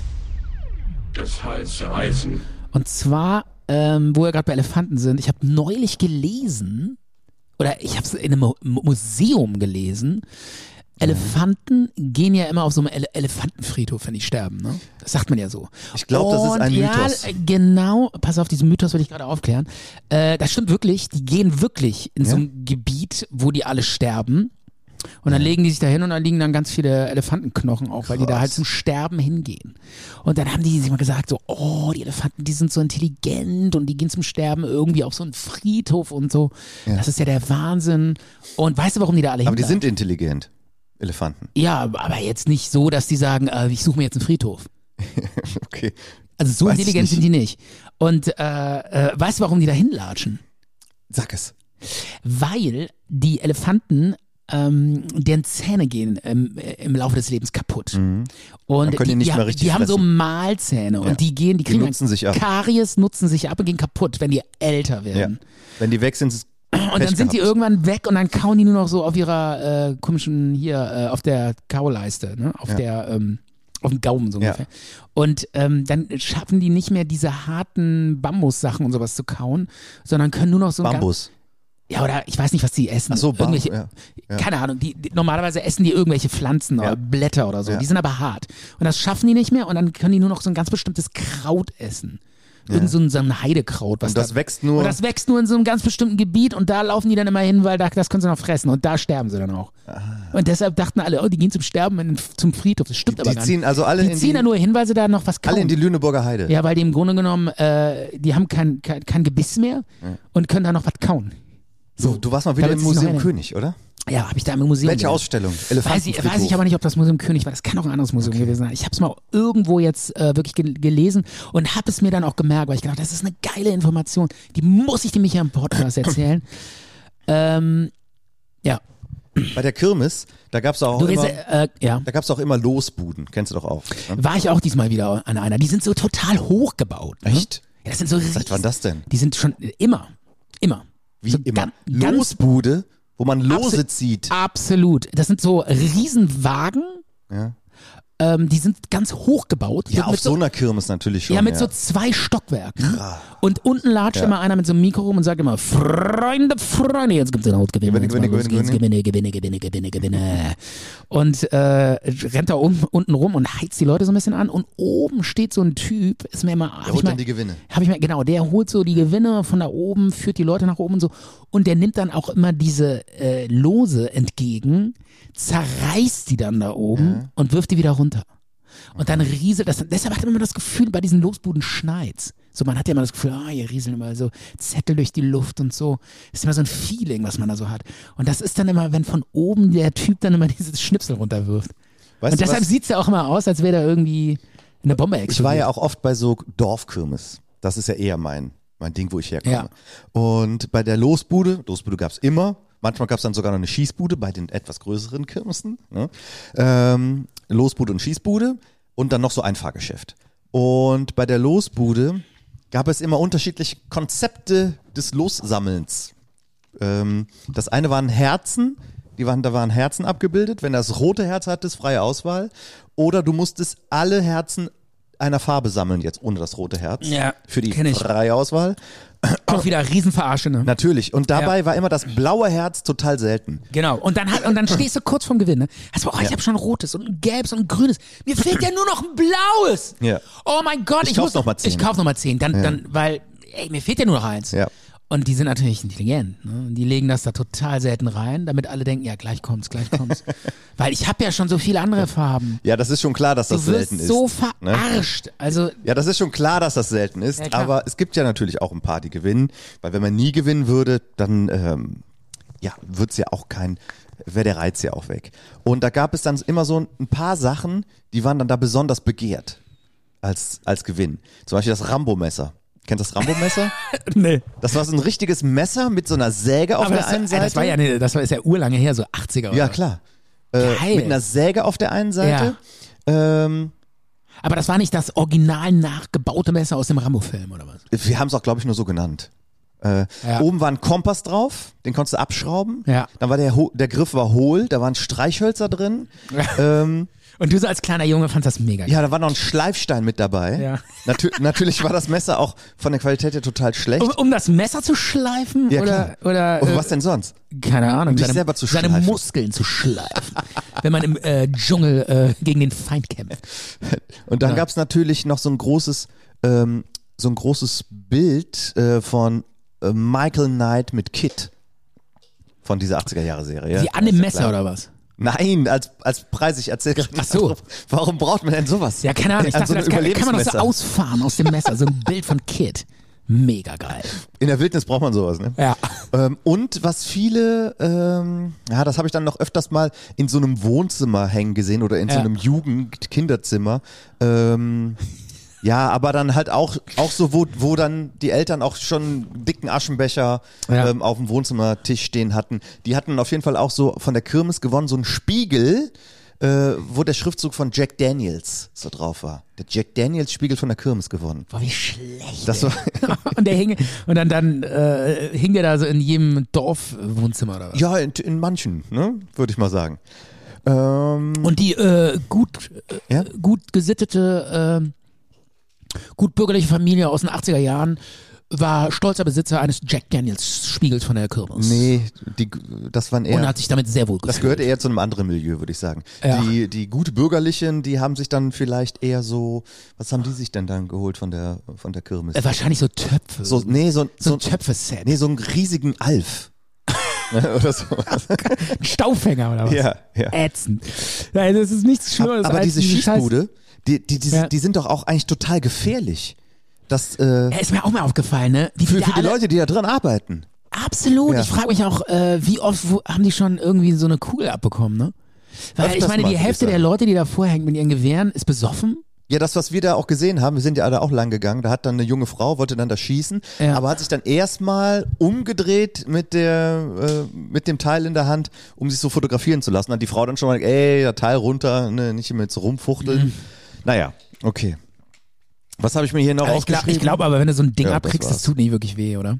Das heiße Eisen. Und zwar, ähm, wo wir gerade bei Elefanten sind, ich habe neulich gelesen, oder ich habe es in einem Mu- Mu- Museum gelesen, Elefanten gehen ja immer auf so einem Ele Elefantenfriedhof, wenn die sterben, ne? Das sagt man ja so. Ich glaub, das ist Und ein ja, Mythos. äh, Genau, pass auf, diesen Mythos will ich gerade aufklären. Äh, das stimmt wirklich, die gehen wirklich in so ein Gebiet, wo die alle sterben. Und dann legen die sich da hin und dann liegen dann ganz viele Elefantenknochen auch, weil die da halt zum Sterben hingehen. Und dann haben die sich mal gesagt, so, oh, die Elefanten, die sind so intelligent und die gehen zum Sterben irgendwie auf so einen Friedhof und so. Das ist ja der Wahnsinn. Und weißt du, warum die da alle Aber die hingehen? sind intelligent, Elefanten. Ja, aber jetzt nicht so, dass die sagen, äh, ich suche mir jetzt einen Friedhof. Okay. Also so Weiß ich intelligent nicht. sind die nicht. Und äh, äh, weißt du, warum die da hinlatschen? Sag es. Weil die Elefanten, ähm, deren Zähne gehen ähm, äh, im Laufe des Lebens kaputt. Und Mhm. Dann können die nicht die, mehr haben- richtig die haben so fressen. Mahlzähne und Ja. die gehen, die Die kriegen nutzen sich ab. Karies, nutzen sich ab und gehen kaputt, wenn die älter Ja. werden. Wenn die weg sind, ist es Und dann sind die irgendwann weg und dann kauen die nur noch so auf ihrer äh, komischen hier, äh, auf der Kauleiste, ne? Auf Ja. der, ähm, auf dem Gaumen so Ja. ungefähr. Und ähm, dann schaffen die nicht mehr diese harten Bambussachen und sowas zu kauen, sondern können nur noch so ein ganz- Bambus. ja, oder ich weiß nicht, was die essen. Ach so, Bam, irgendwelche, ja, ja. Keine Ahnung, die, die, normalerweise essen die irgendwelche Pflanzen Ja. oder Blätter oder so. Ja. Die sind aber hart. Und das schaffen die nicht mehr und dann können die nur noch so ein ganz bestimmtes Kraut essen. Irgend so ein, so ein Heidekraut. Was Und das da, wächst nur- Und das wächst nur in so einem ganz bestimmten Gebiet und da laufen die dann immer hin, weil da, das können sie noch fressen und da sterben sie dann auch. Ah. Und deshalb dachten alle, oh, die gehen zum Sterben in, zum Friedhof. Das stimmt aber Die gar ziehen nicht. also alle, Die in, ziehen die, da nur hin, weil sie da noch was kauen. alle in die Lüneburger Heide. Ja, weil die im Grunde genommen, äh, die haben kein, kein, kein Gebiss mehr und können da noch was kauen. So, du warst mal wieder Damit im sie sich noch Museum erinnern. König, oder? Ja, habe ich da im Museum. Welche gesehen. Ausstellung? Weiß ich, weiß ich Elefantenfriedhof. aber nicht, ob das Museum König war. Das kann auch ein anderes Museum gewesen sein. Ich habe es mal irgendwo jetzt äh, wirklich gel- gelesen und habe es mir dann auch gemerkt, weil ich gedacht, das ist eine geile Information. Die muss ich dem Michael im Podcast erzählen. ähm, ja, Bei der Kirmes, da gab es auch, du willst, immer- äh, ja. da gab's auch immer Losbuden. Kennst du doch auch. Ne? War ich auch diesmal wieder an einer. Die sind so total hochgebaut. Ne? Echt? Ja, das sind so Seit wann das denn? Die sind schon immer, immer. Wie so immer. gan- Ganz, Losbude, wo man Lose Absolut. zieht. Absolut. Das sind so Riesenwagen. Ja. Ähm, die sind ganz hoch gebaut. Ja, mit auf so einer Kirmes natürlich schon. ja, mit so zwei Stockwerken. Krass. Und unten latscht immer einer mit so einem Mikro rum und sagt immer, Freunde, Freunde, jetzt gibt's den Hautgewinne. Gewinne, Gewinne, Gewinne, Gewinne, Gewinne, Gewinne, Gewinne, Gewinne. Und äh, rennt da oben, unten rum und heizt die Leute so ein bisschen an. Und oben steht so ein Typ, ist mir immer... Der holt dann die Gewinne. Habe ich mir, genau, der holt so die Gewinne von da oben, führt die Leute nach oben und so. Und der nimmt dann auch immer diese äh, Lose entgegen, zerreißt die dann da oben und wirft die wieder runter. Und dann rieselt das. Deshalb hat man immer das Gefühl, bei diesen Losbuden schneit's. So, man hat ja immer das Gefühl, ah, hier rieseln immer so Zettel durch die Luft und so. Ist immer so ein Feeling, was man da so hat. Und das ist dann immer, wenn von oben der Typ dann immer dieses Schnipsel runterwirft. Weißt und du deshalb was? sieht's ja auch immer aus, als wäre da irgendwie eine Bombe explodiert. Ich war ja auch oft bei so Dorfkirmes. Das ist ja eher mein, mein Ding, wo ich herkomme. Und bei der Losbude, Losbude gab's immer. Manchmal gab's dann sogar noch eine Schießbude bei den etwas größeren Kirmesen. Ne? Ähm, Losbude und Schießbude und dann noch so ein Fahrgeschäft. Und bei der Losbude gab es immer unterschiedliche Konzepte des Lossammelns. Ähm, das eine waren Herzen, die waren, da waren Herzen abgebildet. Wenn das rote Herz hattest, freie Auswahl. Oder du musstest alle Herzen einer Farbe sammeln, jetzt ohne das rote Herz. Ja, Für die kenn ich. freie Auswahl. auch wieder Riesenverarsche, ne? Natürlich. Und dabei war immer das blaue Herz total selten. Genau. Und dann, hat, und dann stehst du kurz vorm Gewinn. Ne? Hast du, oh, ich hab habe schon ein rotes und ein gelbes und ein grünes. Mir fehlt ja nur noch ein blaues. Ja. Oh mein Gott, Ich ich, kauf muss noch mal zehn. Ich kauf noch mal zehn. Dann, dann, weil, ey, mir fehlt ja nur noch eins. Ja. Und die sind natürlich intelligent. Ne? Und Die legen das da total selten rein, damit alle denken, ja, gleich kommt's, gleich kommt's. weil ich habe ja schon so viele andere Farben. Ja, das ist schon klar, dass Du das wirst selten ist. so ne? verarscht. Also Ja, das ist schon klar, dass das selten ist, Ja, klar. aber es gibt ja natürlich auch ein paar, die gewinnen, weil wenn man nie gewinnen würde, dann ähm, ja, wird's ja auch kein, wäre der Reiz ja auch weg. Und da gab es dann immer so ein paar Sachen, die waren dann da besonders begehrt als, als Gewinn. Zum Beispiel das Rambo-Messer. Kennst du das Rambo-Messer? nee. Das war so ein richtiges Messer mit so einer Säge auf Aber der das, einen Seite. das war ja, nee, das war ist ja urlange her, so 80er. ja, oder? klar. Äh, Geil. mit einer Säge auf der einen Seite. Ähm, Aber das war nicht das original nachgebaute Messer aus dem Rambo-Film oder was? Wir haben es auch, glaube ich, nur so genannt. Äh, Ja. Oben war ein Kompass drauf, den konntest du abschrauben. Ja. Dann war der, ho- der Griff war hohl, da waren Streichhölzer drin. ähm, Und du so als kleiner Junge fandst das mega. geil. ja, da war noch ein Schleifstein mit dabei. Ja. Natü natürlich war das Messer auch von der Qualität her total schlecht. Um, um das Messer zu schleifen Ja, oder, klar. oder Und äh, was denn sonst? keine Ahnung, dich seine, selber zu seine schleifen. Muskeln zu schleifen, wenn man im äh, Dschungel äh, gegen den Feind kämpft. Und dann gab es natürlich noch so ein großes, ähm, so ein großes Bild äh, von äh, Michael Knight mit Kit. Von dieser 80er-Jahre-Serie. Wie an dem Messer oder was? Nein, als, als Preis, ich erzähle gerade Ach so. Warum braucht man denn sowas? Ja, keine Ahnung. Ich An dachte, so einem das kann, kann man das so Überlebensmesser. ausfahren aus dem Messer. So ein Bild von Kid. Mega geil. In der Wildnis braucht man sowas, ne? Ja. Ähm, und was viele, ähm, ja, das habe ich dann noch öfters mal in so einem Wohnzimmer hängen gesehen oder in so Ja. einem Jugend-Kinderzimmer. Ähm, ja, aber dann halt auch, auch so, wo, wo dann die Eltern auch schon einen dicken Aschenbecher Ja. ähm, auf dem Wohnzimmertisch stehen hatten. Die hatten auf jeden Fall auch so von der Kirmes gewonnen, so einen Spiegel, äh, wo der Schriftzug von Jack Daniels so drauf war. Der Jack Daniels Spiegel von der Kirmes gewonnen. Boah, wie schlecht. Das war, und der hing, und dann, dann äh, hing der da so in jedem Dorfwohnzimmer oder was? ja, in, in manchen, ne? würde ich mal sagen. Ähm, Und die äh, gut, äh, Ja? gut gesittete, ähm, gut bürgerliche Familie aus den 80er Jahren war stolzer Besitzer eines Jack Daniels Spiegels von der Kirmes. Nee, die, das waren Und eher. hat sich damit sehr wohl Das gefühlt. gehörte eher zu einem anderen Milieu, würde ich sagen. Ja. Die, die gut bürgerlichen, die haben sich dann vielleicht eher so, was haben die sich denn dann geholt von der, von der Kirmes? Äh, wahrscheinlich so Töpfe. So, nee, so, so so, ein Töpfe-Set. nee, so einen riesigen Alf. Ne, Oder so. Ein Staufhänger oder was? Ja, ja. Ätzend. Nein, Äh, das ist nichts Schlimmeres. Aber als diese Scheiß- Schießbude, die, die, die, Ja. die sind doch auch eigentlich total gefährlich. Das, äh, Ja, ist mir auch mal aufgefallen, ne? Wie für, da für die alle- Leute, die da dran arbeiten. Absolut. Ja. Ich frage mich auch, äh, wie oft wo, haben die schon irgendwie so eine Kugel abbekommen, ne? Weil ich Öfters meine, mal, die würd ich Hälfte der sagen. Leute, die da vorhängen mit ihren Gewehren, ist besoffen. Ja, das, was wir da auch gesehen haben, wir sind ja alle auch lang gegangen, da hat dann eine junge Frau, wollte dann da schießen, Ja. aber hat sich dann erstmal umgedreht mit der, äh, mit dem Teil in der Hand, um sich so fotografieren zu lassen. Hat die Frau dann schon mal, ey, der Teil runter, ne, nicht immer jetzt so rumfuchteln. Mhm. Naja, okay. Was habe ich mir hier noch Aber Äh, ich glaube aufgeschrieben? glaub aber, wenn du so ein Ding Ja, das abkriegst, das, war's. tut nicht wirklich weh, oder?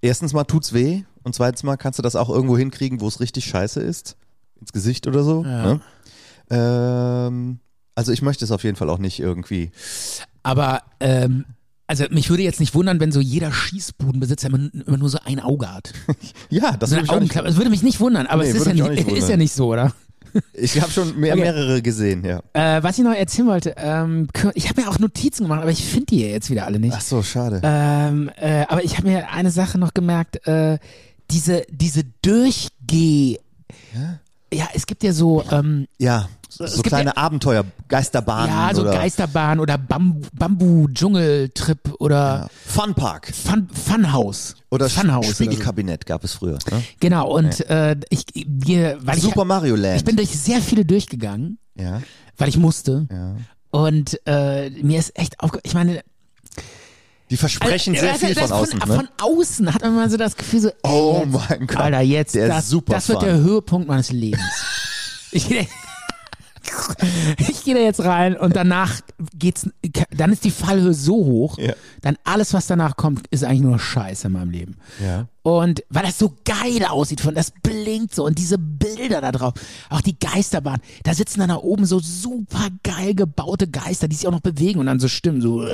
Erstens mal tut's weh und zweitens mal kannst du das auch irgendwo hinkriegen, wo es richtig scheiße ist. Ins Gesicht oder so. Ja. Ne? Ähm, also ich möchte es auf jeden Fall auch nicht irgendwie. Aber, ähm, also mich würde jetzt nicht wundern, wenn so jeder Schießbudenbesitzer immer, immer nur so ein Auge hat. Ja, das So will eine ich auch nicht. Augenklappe. Das würde mich nicht wundern, aber Nee, es ist würde ja, mich auch nicht, nicht ist ja wundern. nicht so, oder? Ich habe schon mehr, Okay. mehrere gesehen, ja. Äh, was ich noch erzählen wollte, ähm, Kir- ich habe mir auch Notizen gemacht, aber ich finde die ja jetzt wieder alle nicht. Ach so, schade. Ähm, äh, aber ich habe mir eine Sache noch gemerkt, äh, diese, diese Durchgeh. Ja? es gibt ja so, ähm, ja, so, es gibt kleine Abenteuer, Geisterbahnen ja, so oder Geisterbahn oder Bam- Bambu-Dschungeltrip oder Funpark Fun, Funhouse. oder Funhouse. Sch- oder so. Spiegelkabinett gab es früher. Ne? Genau, und äh, ich gehe, weil Super Mario Also ich, Land. ich bin durch sehr viele durchgegangen, ja, weil ich musste. ja. Und äh, mir ist echt aufge... Ich meine, Die versprechen Also, sehr also, viel das von außen. Von, ne? von außen hat man immer so das Gefühl, so, ey, Oh jetzt, mein Gott, Alter, jetzt, der ist das, super das wird fun. der Höhepunkt meines Lebens. ich, gehe- ich gehe da jetzt rein und danach geht's, dann ist die Fallhöhe so hoch, Ja. dann alles, was danach kommt, ist eigentlich nur Scheiße in meinem Leben. Ja. Und weil das so geil aussieht, von das blinkt so und diese Bilder da drauf, auch die Geisterbahn, da sitzen dann da oben so super geil gebaute Geister, die sich auch noch bewegen und dann so stimmen, so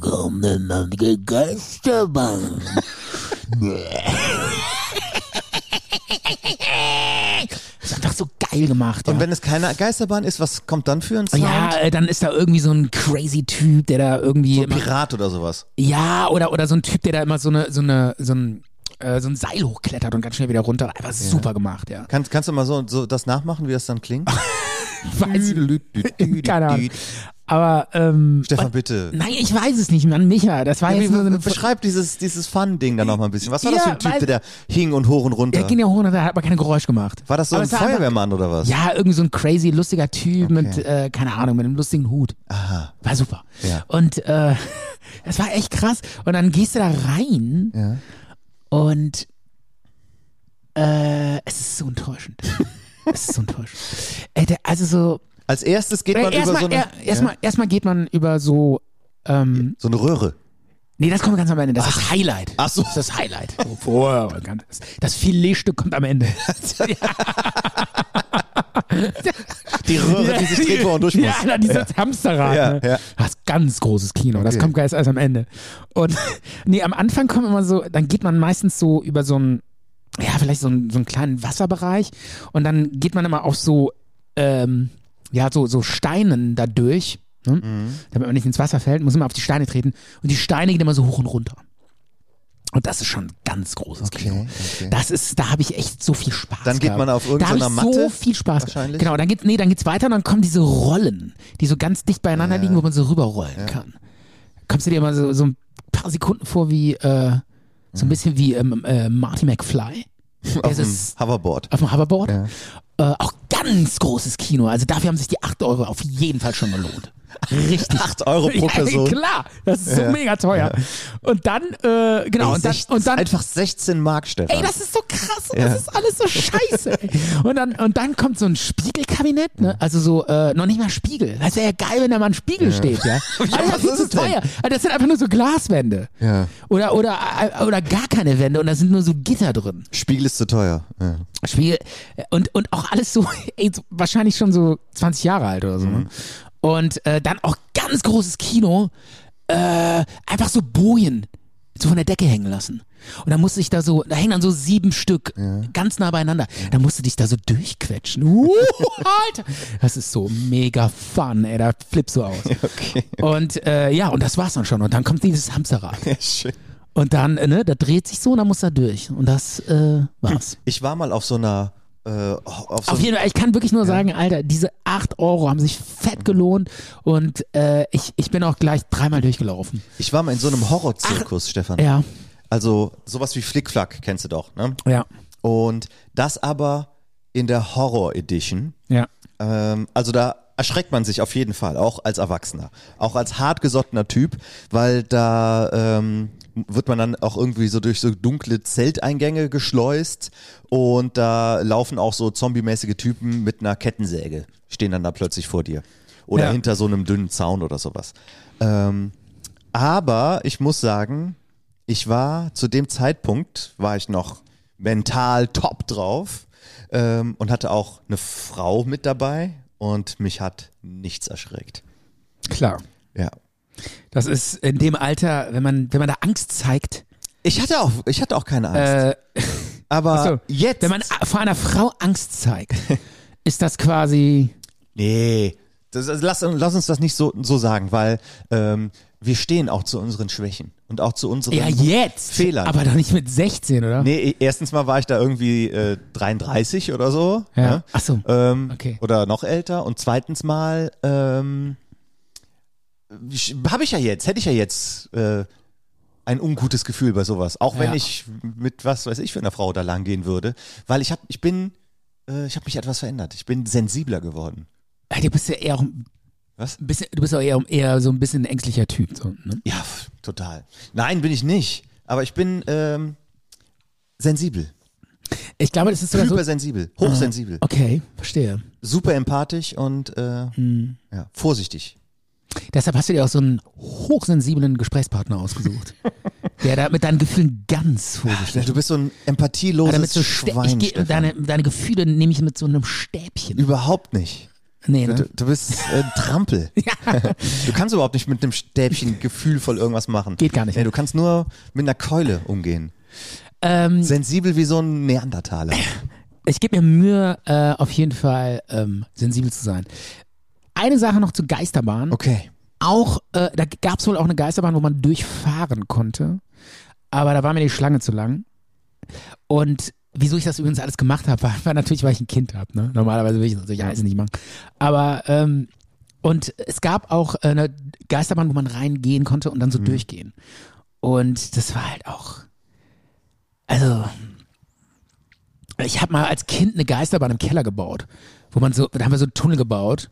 Komm in meine Geisterbahn. ist einfach so geil gemacht. Und ja. wenn es keine Geisterbahn ist, was kommt dann für ein Sound? ja, äh, dann ist da irgendwie so ein crazy Typ, der da irgendwie immer- Pirat oder sowas. Ja, oder, oder so ein Typ, der da immer so eine, so eine, so ein, äh, so ein Seil hochklettert und ganz schnell wieder runter. Einfach super gemacht, ja. Kannst, kannst du mal so, so das nachmachen, wie das dann klingt? Weiß Keine Ahnung. Aber, ähm, Stefan, bitte. nein, ich weiß es nicht, Mann, Micha. Das war Ja, jetzt nur so wie, eine beschreib dieses, dieses Fun-Ding dann noch mal ein bisschen. Was war das Ja, für ein Typ, weil- der da hing und hoch und runter? Der ging ja hoch und da hat aber kein Geräusch gemacht. war das so aber ein es war einfach- Feuerwehrmann oder was? Ja, irgendwie so ein crazy, lustiger Typ mit, Okay. äh, keine Ahnung, mit einem lustigen Hut. Aha. War super. Ja. Und äh, das war echt krass. Und dann gehst du da rein Ja. und äh, es ist so enttäuschend. es ist so enttäuschend. Äh, der, also so, Als erstes geht äh, man über erstmal so eine, er, erstmal- erstmal geht man über so, ähm, so eine Röhre. nee, das kommt ganz am Ende, das ist das Highlight. Ach so. Das ist das Highlight. Wow, ganz- Das Filetstück kommt am Ende. Die Röhre, ne? die sich dreht, wo man durch muss. Ja, Alter, dieses Hamsterrad. Ja, ne? ja. Das ist ganz großes Kino. Das Okay. kommt erst erst am Ende. Und nee, am Anfang kommen immer so, dann geht man meistens so über so einen, ja, vielleicht so einen, so einen kleinen Wasserbereich und dann geht man immer auf so, ähm, ja, so, so Steinen da durch. Ne? Mhm. Damit man nicht ins Wasser fällt, muss immer auf die Steine treten. Und die Steine gehen immer so hoch und runter. Und das ist schon ein ganz großes Okay, Kino. okay. Das ist, da habe ich echt so viel Spaß. Dann geht gehabt. man auf Da habe ich irgendeiner so Matte viel Spaß. wahrscheinlich. Genau, dann geht, nee, dann geht's weiter und dann kommen diese Rollen, die so ganz dicht beieinander liegen, wo man so rüberrollen kann. Kommst du dir immer so, so ein paar Sekunden vor wie, äh, so ein bisschen wie ähm, äh, Marty McFly Mhm. Auf dem ist- Hm. Hoverboard. auf dem Hoverboard. Ja. Äh, auch ganz großes Kino. Also dafür haben sich die 8 Euro auf jeden Fall schon gelohnt. Richtig. 8 Euro pro Ja, Person. klar, das ist so mega teuer. Und dann, äh, genau, Ey, und dann, sech- und dann Also einfach 16 Mark, Stefan. Ey, das ist so krass und Ja. das ist alles so scheiße. ey. Und dann, und dann kommt so ein Spiegelkabinett, ne? Also so, äh, noch nicht mal Spiegel. Das wäre ja geil, wenn da mal ein Spiegel steht, ja. Also das was ist viel ist zu es denn? teuer. Also das sind einfach nur so Glaswände. Ja. Oder, oder, äh, oder gar keine Wände und da sind nur so Gitter drin. Spiegel ist zu teuer. Ja. Spiegel und, und auch alles so, ey, so wahrscheinlich schon so 20 Jahre alt oder so. Mhm. Ne? Und äh, dann auch ganz großes Kino, äh, einfach so Bojen so von der Decke hängen lassen. Und dann musste ich da so, da hängen dann so sieben Stück ganz nah beieinander. Da musst du dich da so durchquetschen. Uh, Alter! Das ist so mega fun, ey, da flippst du aus. Okay. Und äh, ja, und das war's dann schon. Und dann kommt dieses Hamsterrad. Ja, schön. Und dann, äh, ne, da dreht sich so und dann muss er durch. Und das äh, war's. Ich war mal auf so einer äh, auf so Auf jeden Fall, ich kann wirklich nur sagen, Alter, diese 8 Euro haben sich fett gelohnt und äh, ich, ich bin auch gleich dreimal durchgelaufen. ich war mal in so einem Horrorzirkus, Stefan. Ja, Also sowas wie Flickflack kennst du doch, ne? ja, Und das aber in der Horror Edition. ja. Ähm, also da erschreckt man sich auf jeden Fall, auch als Erwachsener, auch als hartgesottener Typ, weil da ähm, wird man dann auch irgendwie so durch so dunkle Zelteingänge geschleust und da laufen auch so zombie-mäßige Typen mit einer Kettensäge, stehen dann da plötzlich vor dir oder Ja. hinter so einem dünnen Zaun oder sowas. Ähm, aber ich muss sagen, ich war zu dem Zeitpunkt, war ich noch mental top drauf ähm, und hatte auch eine Frau mit dabei und mich hat nichts erschreckt. Klar. Ja. Das ist in dem Alter, wenn man, wenn man da Angst zeigt, Ich hatte auch, ich hatte auch keine Angst. äh, aber so, jetzt. wenn man a- vor einer Frau Angst zeigt, ist das quasi, nee. Das, das, lass, lass uns das nicht so, so sagen, weil ähm, wir stehen auch zu unseren Schwächen und auch zu unseren ja jetzt, Fehlern. aber doch nicht mit 16, oder? Nee, erstens mal war ich da irgendwie äh, 33 oder so. Ja. ne? Ach so. Ähm, Okay. Oder noch älter. Und zweitens mal, ähm, habe ich ja jetzt, hätte ich ja jetzt äh, ein ungutes Gefühl bei sowas. Auch wenn Ja. ich mit was weiß ich für einer Frau da lang gehen würde. Weil ich habe, ich bin, äh, ich habe mich etwas verändert. Ich bin sensibler geworden. Ah, Du bist ja eher auch ein Was? bisschen, du bist auch eher, eher so ein bisschen ein ängstlicher Typ. So, ne? Ja, pf, total. Nein, bin ich nicht. Aber ich bin ähm, sensibel. Ich glaube, das ist sogar so. Hypersensibel. Hochsensibel. Okay, verstehe. Super empathisch und äh, Hm. ja, vorsichtig. Deshalb hast du dir auch so einen hochsensiblen Gesprächspartner ausgesucht, der da mit deinen Gefühlen ganz vorsichtig Du bist so ein Aber empathieloses damit so Stä- Schwein. ich geh, Stefan. deine, deine Gefühle nehme ich mit so einem Stäbchen. Überhaupt nicht. Nee, Du, ne? du bist äh, ein Trampel. Du kannst überhaupt nicht mit einem Stäbchen gefühlvoll irgendwas machen. Geht gar nicht. Nee, du kannst nur mit einer Keule umgehen. Ähm, Sensibel wie so ein Neandertaler. ich gebe mir Mühe, äh, auf jeden Fall ähm, sensibel zu sein. Eine Sache noch zu Geisterbahn. Okay. Auch, äh, da gab es wohl auch eine Geisterbahn, wo man durchfahren konnte. Aber da war mir die Schlange zu lang. Und wieso ich das übrigens alles gemacht habe, war, war natürlich, weil ich ein Kind habe. Ne? Normalerweise würde ich das natürlich alles nicht machen. Aber, ähm, und es gab auch äh, eine Geisterbahn, wo man reingehen konnte und dann so durchgehen. Und das war halt auch, also, ich habe mal als Kind eine Geisterbahn im Keller gebaut, wo man so, da haben wir so einen Tunnel gebaut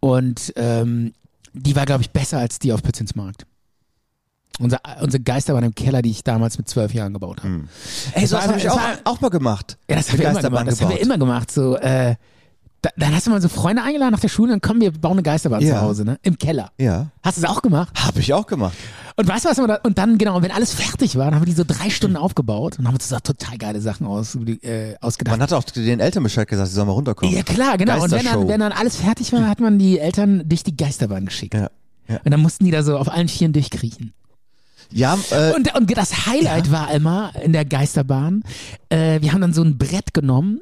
und ähm, die war, glaube ich, besser als die auf Pützinsmarkt. Unser, äh, unsere Geisterbahn im Keller, die ich damals mit zwölf Jahren gebaut habe. Ey, sowas war- habe ich es auch, war- auch mal gemacht. Ja, das haben Eine wir immer Geisterbahn gemacht. Das haben wir immer gemacht. So, äh, da, dann hast du mal so Freunde eingeladen nach der Schule, dann kommen wir bauen eine Geisterbahn Ja. zu Hause, ne? Im Keller. Ja. Hast du es auch gemacht? Habe ich auch gemacht. Und weißt du was? wir Da, und dann, genau, wenn alles fertig war, dann haben wir die so drei Stunden aufgebaut und haben uns da total geile Sachen aus, äh, ausgedacht. Man hat auch den Eltern Bescheid gesagt, sie sollen mal runterkommen. Ja klar, genau. Und wenn dann, Geistershow. wenn dann alles fertig war, hat man die Eltern durch die Geisterbahn geschickt. Ja. Und dann mussten die da so auf allen Vieren durchkriechen. Ja, äh, Und, und das Highlight war immer in der Geisterbahn, äh, wir haben dann so ein Brett genommen,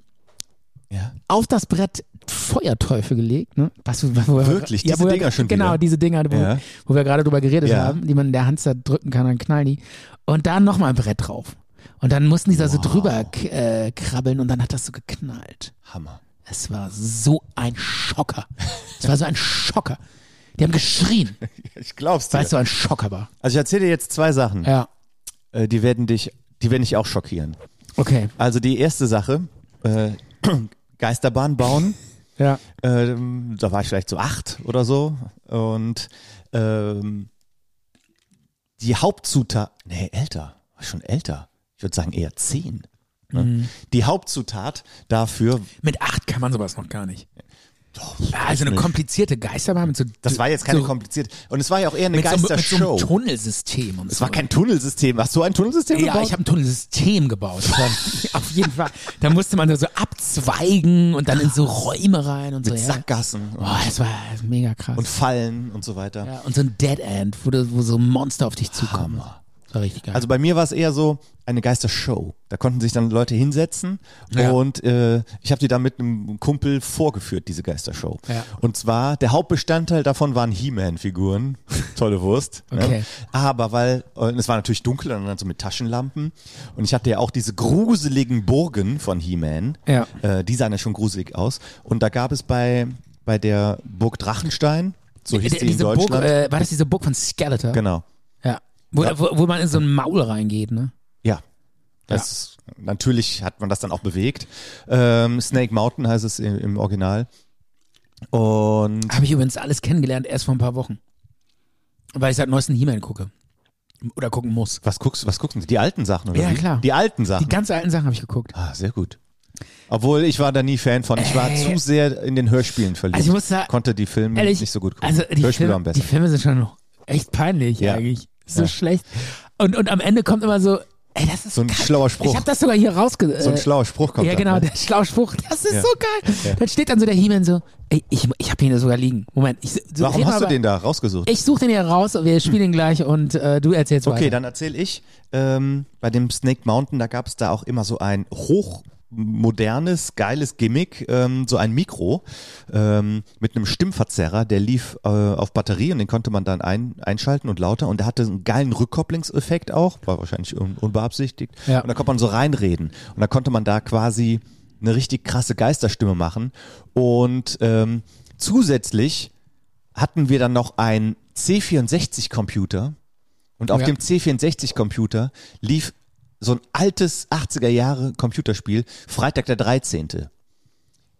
ja. auf das Brett Feuerteufel gelegt. Ne? Was, wo, Wirklich? Ja, Diese wo wir- Dinger schon Genau, wieder? diese Dinger, wo, Ja. wo wir gerade drüber geredet Ja. haben, die man in der Hand zerdrücken kann, dann knallen die. Und da nochmal ein Brett drauf. Und dann mussten die da so drüber k- äh, krabbeln und dann hat das so geknallt. Hammer. Es war so ein Schocker. Es war so ein Schocker. Die haben geschrien, Ich glaub's dir. weil es so ein Schocker war. Also ich erzähle dir jetzt zwei Sachen. Ja. Äh, die werden dich, die werden dich auch schockieren. Okay. Also die erste Sache, äh, Geisterbahn bauen. Ja. Ähm, da war ich vielleicht so acht oder so. Und ähm, die Hauptzutat, nee, älter, war schon älter. Ich würde sagen eher zehn. ne? Mhm. Die Hauptzutat dafür, Mit acht kann man sowas noch gar nicht. Also eine nicht. komplizierte Geisterbahn mit so. das war jetzt keine so, komplizierte, und es war ja auch eher eine mit so, mit so Geistershow. einem Tunnelsystem und es so. war kein Tunnelsystem. Hast du ein Tunnelsystem ja, gebaut? ich habe ein Tunnelsystem gebaut. Das war- Auf jeden Fall. Da musste man so abzweigen und dann in so Räume rein und so. Mit ja. Sackgassen und, Boah, das war mega krass. und Fallen und so weiter. ja, und so ein Dead End, wo, du- wo so Monster auf dich zukommen. Das war richtig geil. Also bei mir war es eher so eine Geistershow. Da konnten sich dann Leute hinsetzen Ja. und äh, ich habe die dann mit einem Kumpel vorgeführt, diese Geistershow. Ja. Und zwar, der Hauptbestandteil davon waren He-Man-Figuren. Tolle Wurst. Okay. Ne? Aber weil, und es war natürlich dunkel und dann so mit Taschenlampen und ich hatte ja auch diese gruseligen Burgen von He-Man. Ja. Äh, die sahen ja schon gruselig aus. Und da gab es bei, bei der Burg Drachenstein, so hieß die in diese Deutschland. Burg, äh, war das diese Burg von Skeletor? genau. Ja. Wo, Wo, wo man in so ein Maul reingeht, ne? Ja. Das, Natürlich hat man das dann auch bewegt. Ähm, Snake Mountain heißt es im, im Original. Und Habe ich übrigens alles kennengelernt, erst vor ein paar Wochen. Weil ich seit neuesten He-Man gucke. Oder gucken muss. was guckst, was gucken Sie? Die alten Sachen, oder? Ja, wie? klar. Die alten Die Sachen. ganz alten Sachen habe ich geguckt. ah, sehr gut. Obwohl, ich war da nie Fan von. Ich war Äh. zu sehr in den Hörspielen verliebt. Also ich muss sagen, Konnte die Filme Ehrlich, Hm, nicht so gut gucken. Also die, Hörspiele Filme, waren die besser. Filme sind schon echt peinlich Ja. eigentlich. So Ja. schlecht. Und, und am Ende kommt immer so, ey, das ist So ein geil. schlauer Spruch. Ich habe das sogar hier rausge... so ein äh, schlauer Spruch kommt Ja, dann, genau, ne? der schlaue Spruch. Das ist Ja. so geil. Dann steht dann so der He-Man so, ey, ich, ich habe ihn sogar liegen. Moment, ich so, Warum red mal hast du bei- den da rausgesucht? Ich suche den hier raus und wir spielen ihn gleich und äh, du erzählst Okay, weiter. dann erzähle ich. Ähm, bei dem Snake Mountain, da gab es da auch immer so ein hochmodernes, geiles Gimmick, ähm, so ein Mikro ähm, mit einem Stimmverzerrer, der lief äh, auf Batterie und den konnte man dann ein, einschalten und lauter und der hatte einen geilen Rückkopplungseffekt auch, war wahrscheinlich un unbeabsichtigt. Ja. Und da konnte man so reinreden und da konnte man da quasi eine richtig krasse Geisterstimme machen und ähm, zusätzlich hatten wir dann noch einen C64-Computer und auf Ja. dem C64-Computer lief so ein altes 80er-Jahre-Computerspiel, Freitag der 13.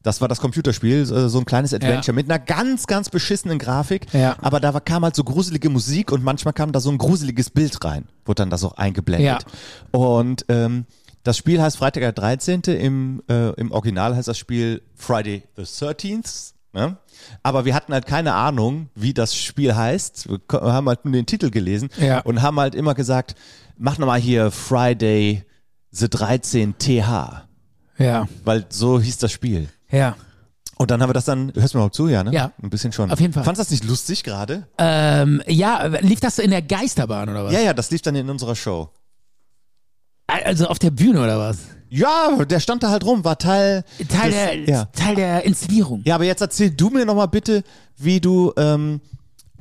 Das war das Computerspiel, so so ein kleines Adventure mit einer ganz, ganz beschissenen Grafik. Ja. Aber da war, kam halt so gruselige Musik und manchmal kam da so ein gruseliges Bild rein. Wurde dann das auch eingeblendet. Und ähm, das Spiel heißt Freitag der 13. Im, äh, Im Original heißt das Spiel Friday the 13th. Ne? Aber wir hatten halt keine Ahnung, wie das Spiel heißt. Wir ko- haben halt nur den Titel gelesen Ja. und haben halt immer gesagt, mach nochmal hier Friday the 13 TH, Ja, weil so hieß das Spiel. ja. Und dann haben wir das dann, hörst du mir überhaupt zu, ja, ne? Ja. Ein bisschen schon. Auf jeden Fall. Fandst du das nicht lustig gerade? Ähm, ja, lief das in der Geisterbahn oder was? Ja, ja, das lief dann in unserer Show. Also auf der Bühne oder was? Ja, der stand da halt rum, war Teil. Teil, der, des- ja. Teil der Inszenierung. ja, aber jetzt erzähl du mir nochmal bitte, wie du ähm,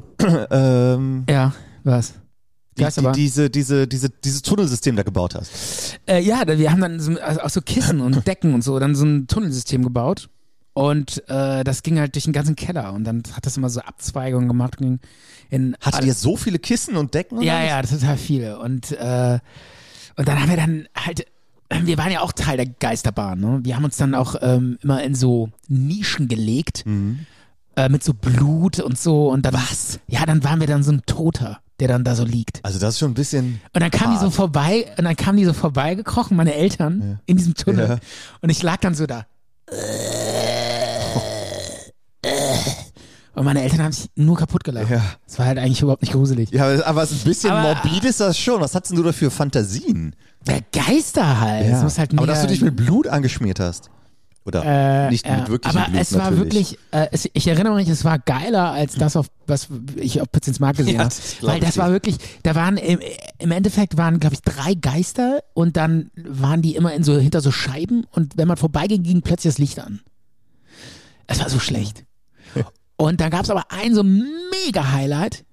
ähm, Ja, was? die, die, Geisterbahn. diese, diese, diese, dieses Tunnelsystem da gebaut hast. Äh, ja, da- wir haben dann so, also auch so Kissen und Decken und so, dann so ein Tunnelsystem gebaut. Und äh, das ging halt durch den ganzen Keller und dann hat das immer so Abzweigungen gemacht. Ging in Hattet ihr so viele Kissen und Decken? und Ja, alles? ja, total viele. Und, äh, und dann haben wir dann halt, wir waren ja auch Teil der Geisterbahn, ne? Wir haben uns dann auch ähm, immer in so Nischen gelegt, äh, mit so Blut und so. Und dann, Was? Ja, dann waren wir dann so ein Toter, der dann da so liegt. Also das ist schon ein bisschen. Und dann kamen die so hart. vorbei, und dann kamen die so vorbeigekrochen, meine Eltern, in diesem Tunnel. Ja. Und ich lag dann so da. Und meine Eltern haben sich nur kaputt gelacht. Ja. Es war halt eigentlich überhaupt nicht gruselig. Ja, aber es ist ein bisschen Aber- morbid ist das schon. Was hattest denn du da für Fantasien? Der Geister halt. Es muss halt aber mega- dass du dich mit Blut angeschmiert hast. Oder Äh, nicht ja. mit wirklichem Aber Blut es war natürlich. wirklich, äh, es, ich erinnere mich, es war geiler als das, auf, was ich auf Pitzins Markt gesehen Ja, habe. das glaub Weil ich das dir. war wirklich, da waren im, im Endeffekt waren, glaube ich, drei Geister und dann waren die immer in so hinter so Scheiben und wenn man vorbeiging, ging plötzlich das Licht an. Es war so schlecht. Und dann gab es aber ein so mega Highlight.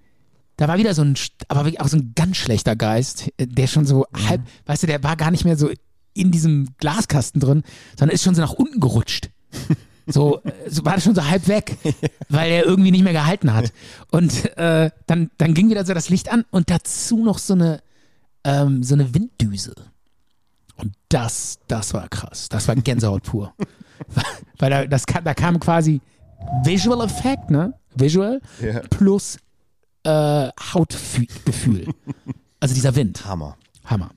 Da war wieder so ein, st- aber wirklich auch so ein ganz schlechter Geist, äh, der schon so halb, Mhm. weißt du, der war gar nicht mehr so in diesem Glaskasten drin, sondern ist schon so nach unten gerutscht. So, äh, so war das schon so halb weg, weil er irgendwie nicht mehr gehalten hat. Und äh, dann, dann ging wieder so das Licht an und dazu noch so eine, ähm, so eine Winddüse. Und das, das war krass. Das war Gänsehaut pur. Weil da, das, ka- da kam quasi Visual Effect, ne? Visual Ja. plus äh, Hautgefühl. also dieser Wind. Hammer. Hammer.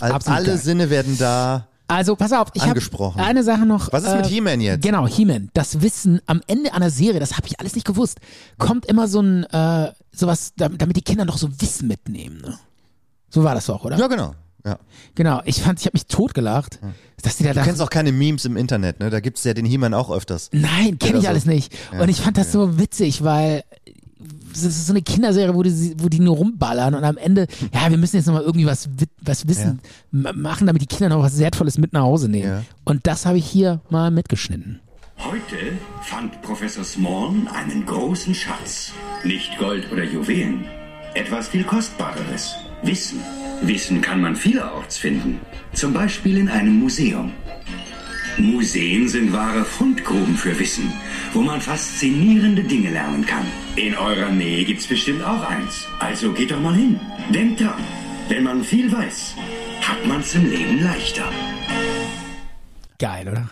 Al- Absolut alle geil. Sinne werden da. Also pass auf, ich habe Angesprochen. eine Sache noch. Was ist mit He-Man jetzt? Genau, He-Man. Das Wissen am Ende einer Serie, das habe ich alles nicht gewusst, kommt immer so ein, äh, sowas, dam- damit die Kinder noch so Wissen mitnehmen. Ne? So war das doch, oder? Ja, genau. Ja. Genau, ich fand, ich habe mich totgelacht, dass die da Du dachten, kennst auch keine Memes im Internet, ne? Da gibt's ja den He-Man auch öfters. Nein, kenne Oder ich so. alles nicht. Ja, und ich fand das so witzig, weil das ist so eine Kinderserie, wo die, wo die nur rumballern und am Ende, Hm. ja, wir müssen jetzt nochmal irgendwie was, wit- was wissen, m- machen, damit die Kinder noch was Wertvolles mit nach Hause nehmen. Ja. Und das habe ich hier mal mitgeschnitten. Heute fand Professor Smorn einen großen Schatz. Nicht Gold oder Juwelen, etwas viel Kostbareres. Wissen. Wissen kann man vielerorts finden. Zum Beispiel in einem Museum. Museen sind wahre Fundgruben für Wissen, wo man faszinierende Dinge lernen kann. In eurer Nähe gibt's bestimmt auch eins. Also geht doch mal hin. Denkt dran, wenn man viel weiß, hat man's im Leben leichter. Geil, oder?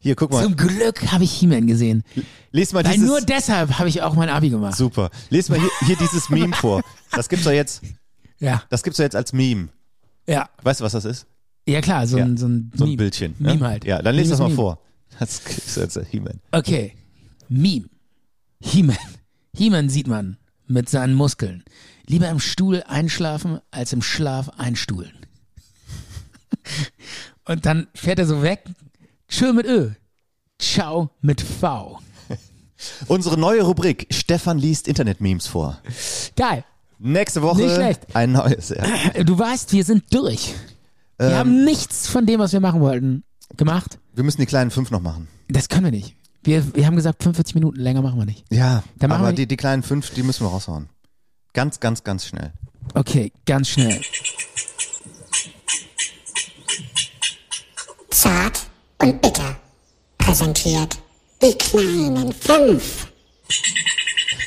Hier, guck mal. Zum Glück habe ich He-Man gesehen. Lies mal Weil dieses. nur deshalb habe ich auch mein Abi gemacht. Super. Lies mal hier, hier dieses Meme vor. Das gibt's doch jetzt. Ja, Das gibt's doch jetzt als Meme. ja. Weißt du, was das ist? Ja klar, so Ja. ein, so ein, So ein Meme. Bildchen. Ne? Meme halt. Ja, dann lese Meme das ist mal Meme. vor. Das ist jetzt He-Man. Okay. Meme. He-Man. He-Man sieht man mit seinen Muskeln. Lieber im Stuhl einschlafen, als im Schlaf einstuhlen. Und dann fährt er so weg. Tschö mit Ö. Ciao mit V. Unsere neue Rubrik. Stefan liest Internet-Memes vor. Geil. Nächste Woche Nicht schlecht. ein neues. Ja. Äh, Du weißt, wir sind durch. Ähm. Wir haben nichts von dem, was wir machen wollten, gemacht. Wir müssen die kleinen fünf noch machen. Das können wir nicht. Wir, wir haben gesagt, 45 Minuten länger machen wir nicht. Ja, Dann machen aber wir die- die, die kleinen fünf, die müssen wir raushauen. Ganz, ganz, ganz schnell. Okay, ganz schnell. Zart und bitter. Präsentiert die kleinen fünf.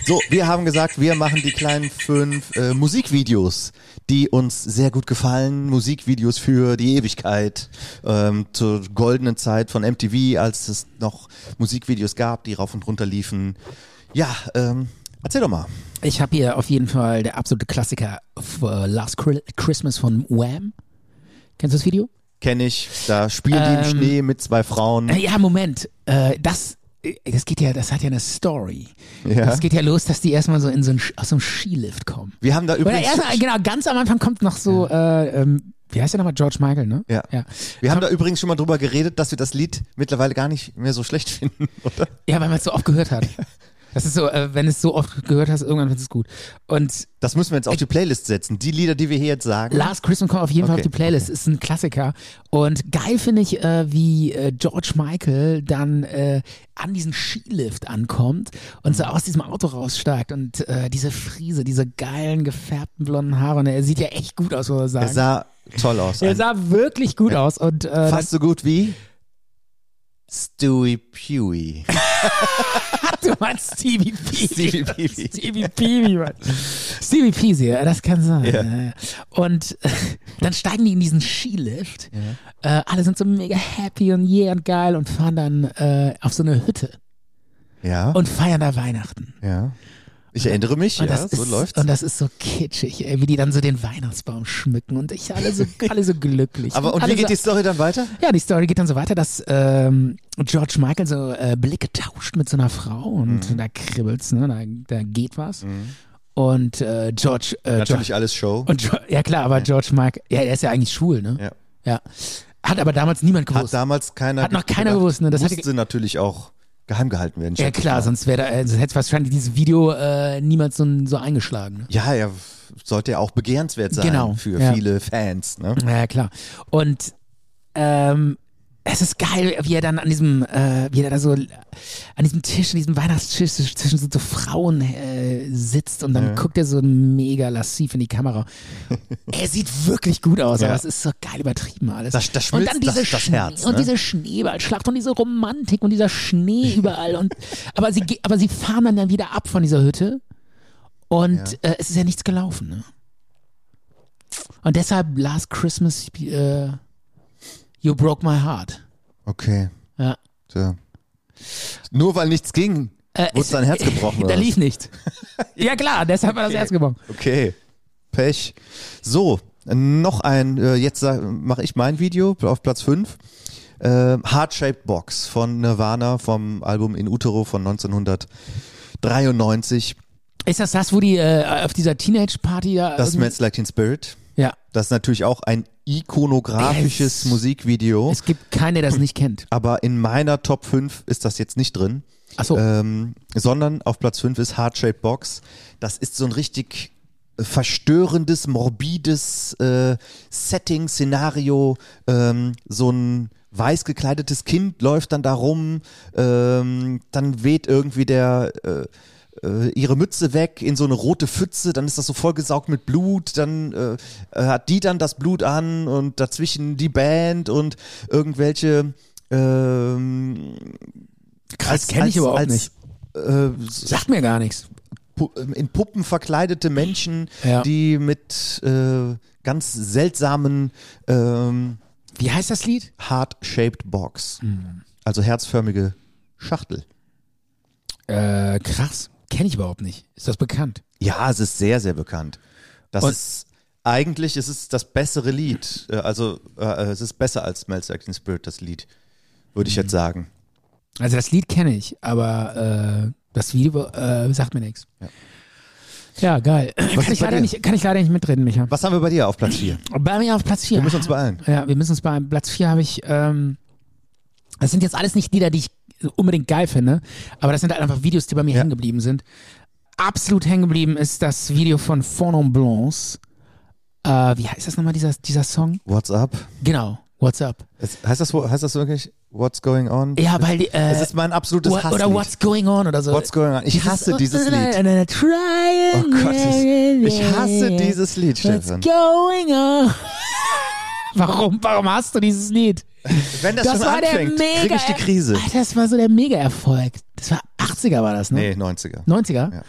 So, wir haben gesagt, wir machen die kleinen fünf äh, Musikvideos, die uns sehr gut gefallen. Musikvideos für die Ewigkeit, ähm, zur goldenen Zeit von MTV, als es noch Musikvideos gab, die rauf und runter liefen. Ja, ähm, erzähl doch mal. Ich habe hier auf jeden Fall der absolute Klassiker of, äh, Last Chri- Christmas von Wham. Kennst du das Video? Kenn ich, da spielen die im Ähm, Schnee mit zwei Frauen. Äh, Ja, Moment. Äh, das, äh, das geht ja, das hat ja eine Story. Ja. Das geht ja los, dass die erstmal so in so ein, Sch- aus so einem Skilift kommen. Wir haben da Oder übrigens... erstmal, genau, ganz am Anfang kommt noch so, äh, ähm, wie heißt der nochmal? George Michael, ne? Ja. Wir haben da übrigens schon mal drüber geredet, dass wir das Lied mittlerweile gar nicht mehr so schlecht finden, oder? Ja, weil man es so oft gehört hat. Das ist so, äh, wenn es so oft gehört hast, irgendwann wird es gut. Und Das müssen wir jetzt auf die Playlist setzen. Die Lieder, die wir hier jetzt sagen. Last Christmas kommt auf jeden Fall Okay, auf die Playlist, ist ein Klassiker. Und geil finde ich, äh, wie äh, George Michael dann äh, an diesen Skilift ankommt und Mhm. so aus diesem Auto raussteigt und äh, diese Friese, diese geilen gefärbten blonden Haare. Und er sieht ja echt gut aus, muss man sagen. er sah toll aus. Er Ein- sah wirklich gut aus und äh, dann Fast so gut wie Stewie Pewee. Du meinst Stevie P. Stevie Peavy. Stevie Peavy, Mann. Stevie Peasy, ja, das kann sein. Ja. Ja, ja. Und äh, dann steigen die in diesen Skilift. Äh, alle sind so mega happy und yeah und geil und fahren dann äh, auf so eine Hütte Ja. und feiern da Weihnachten. ja. Ich erinnere mich, Und ja, das so ist, läuft's. Und das ist so kitschig, ey, wie die dann so den Weihnachtsbaum schmücken und ich alle so, alle so glücklich. Aber und alle wie geht so, die Story dann weiter? ja, die Story geht dann so weiter, dass ähm, George Michael so äh, Blicke tauscht mit so einer Frau und da kribbelt's, ne? da, da geht was. Und äh, George, äh, Natürlich George alles Show. und Geo- ja klar, aber George Michael, ja, er ist ja eigentlich schwul, ne? ja. Ja. Hat aber damals niemand Hat gewusst. damals keiner Hat noch keiner gewusst, ne? Das hat- musste natürlich auch geheim gehalten werden. ja schätze ich klar, mal. sonst wäre da, äh, sonst hätte wahrscheinlich dieses Video äh, niemals so, so eingeschlagen. Ne? Ja, er sollte ja auch begehrenswert sein Genau, für ja. viele Fans. Ne? Ja, klar. Und ähm, Es ist geil, wie er dann an diesem, äh, wie er da so an diesem Tisch, an diesem Weihnachtstisch zwischen so, so Frauen äh, sitzt und dann guckt er so mega lassiv in die Kamera. er sieht wirklich gut aus, aber Ja. es ist so geil übertrieben alles. Das- das und schmilzt dann diese das- das Schnee- Herz, Und ne? diese Schneeballschlacht und diese Romantik und dieser Schnee überall. Und, aber, sie, ge- aber sie fahren dann, dann wieder ab von dieser Hütte und äh, es ist ja nichts gelaufen. Ne? Und deshalb Last Christmas, äh, You Broke My Heart. Okay. Ja. Tja. Nur weil nichts ging, wurde Äh, es- sein Herz gebrochen. Da oder lief nicht. ja klar, deshalb war das Herz gebrochen. was? Okay. Pech. So, noch ein, äh, jetzt mache ich mein Video auf Platz 5. Äh, Heart-Shaped Box von Nirvana vom Album In Utero von 1993. Ist das das, wo die äh, auf dieser Teenage-Party da... Das irgendwie- Smells Like Teen Spirit. ja. Das ist natürlich auch ein ikonografisches Yes. Musikvideo. Es gibt keinen, der das nicht kennt. Aber in meiner Top 5 ist das jetzt nicht drin. Achso, ähm, sondern auf Platz 5 ist Heart Shaped Box. Das ist so ein richtig verstörendes, morbides äh, Setting, Szenario. Ähm, so ein weiß gekleidetes Kind läuft dann da rum, ähm, dann weht irgendwie der äh, äh, ihre Mütze weg in so eine rote Pfütze, dann ist das so vollgesaugt mit Blut, dann äh, äh, hat die dann das Blut an und dazwischen die Band und irgendwelche ähm, krass, kenne ich überhaupt als, nicht. äh, Sagt mir gar nichts. Pu- in Puppen verkleidete Menschen, Ja. die mit äh, ganz seltsamen ähm, Wie heißt das Lied? Heart-shaped Box, Mhm. also herzförmige Schachtel. Äh, krass, kenne ich überhaupt nicht. Ist das bekannt? Ja, es ist sehr, sehr bekannt. Das Und- ist eigentlich ist es das bessere Lied. Äh, Also äh, es ist besser als Smells Like Teen Spirit das Lied, würde ich Mhm. jetzt sagen. Also das Lied kenne ich, aber äh, das Video äh, sagt mir nichts. Ja. geil. Kann ist ich, bei leider dir? nicht, kann ich leider nicht mitreden, Micha. Was haben wir bei dir auf Platz 4? Bei mir auf Platz 4. Wir müssen uns beeilen. Ja, wir müssen uns bei Platz 4 habe ich. Ähm, das sind jetzt alles nicht Lieder, die ich unbedingt geil finde, aber das sind halt einfach Videos, die bei mir hängen geblieben sind. Absolut hängen geblieben ist das Video von Fonon Blancs. Äh, wie heißt das nochmal, dieser, dieser Song? What's up? Genau, What's Up? Es, heißt, das, wo- heißt das wirklich What's going on? Ja, weil. die, Äh, es ist mein absolutes What- Hasslied. Oder What's Going On oder so. What's going on? Ich hasse dieses Lied. Oh Oh Gott, ich, ich hasse dieses Lied, Stefan. What's going on? Warum, warum hast du dieses Lied? Wenn das, schon war der anfängt, mega kriege ich die Krise. Ah, das war so der Mega-Erfolg. Das war 80er war das, ne? Nee, 90er. 90er? Ja.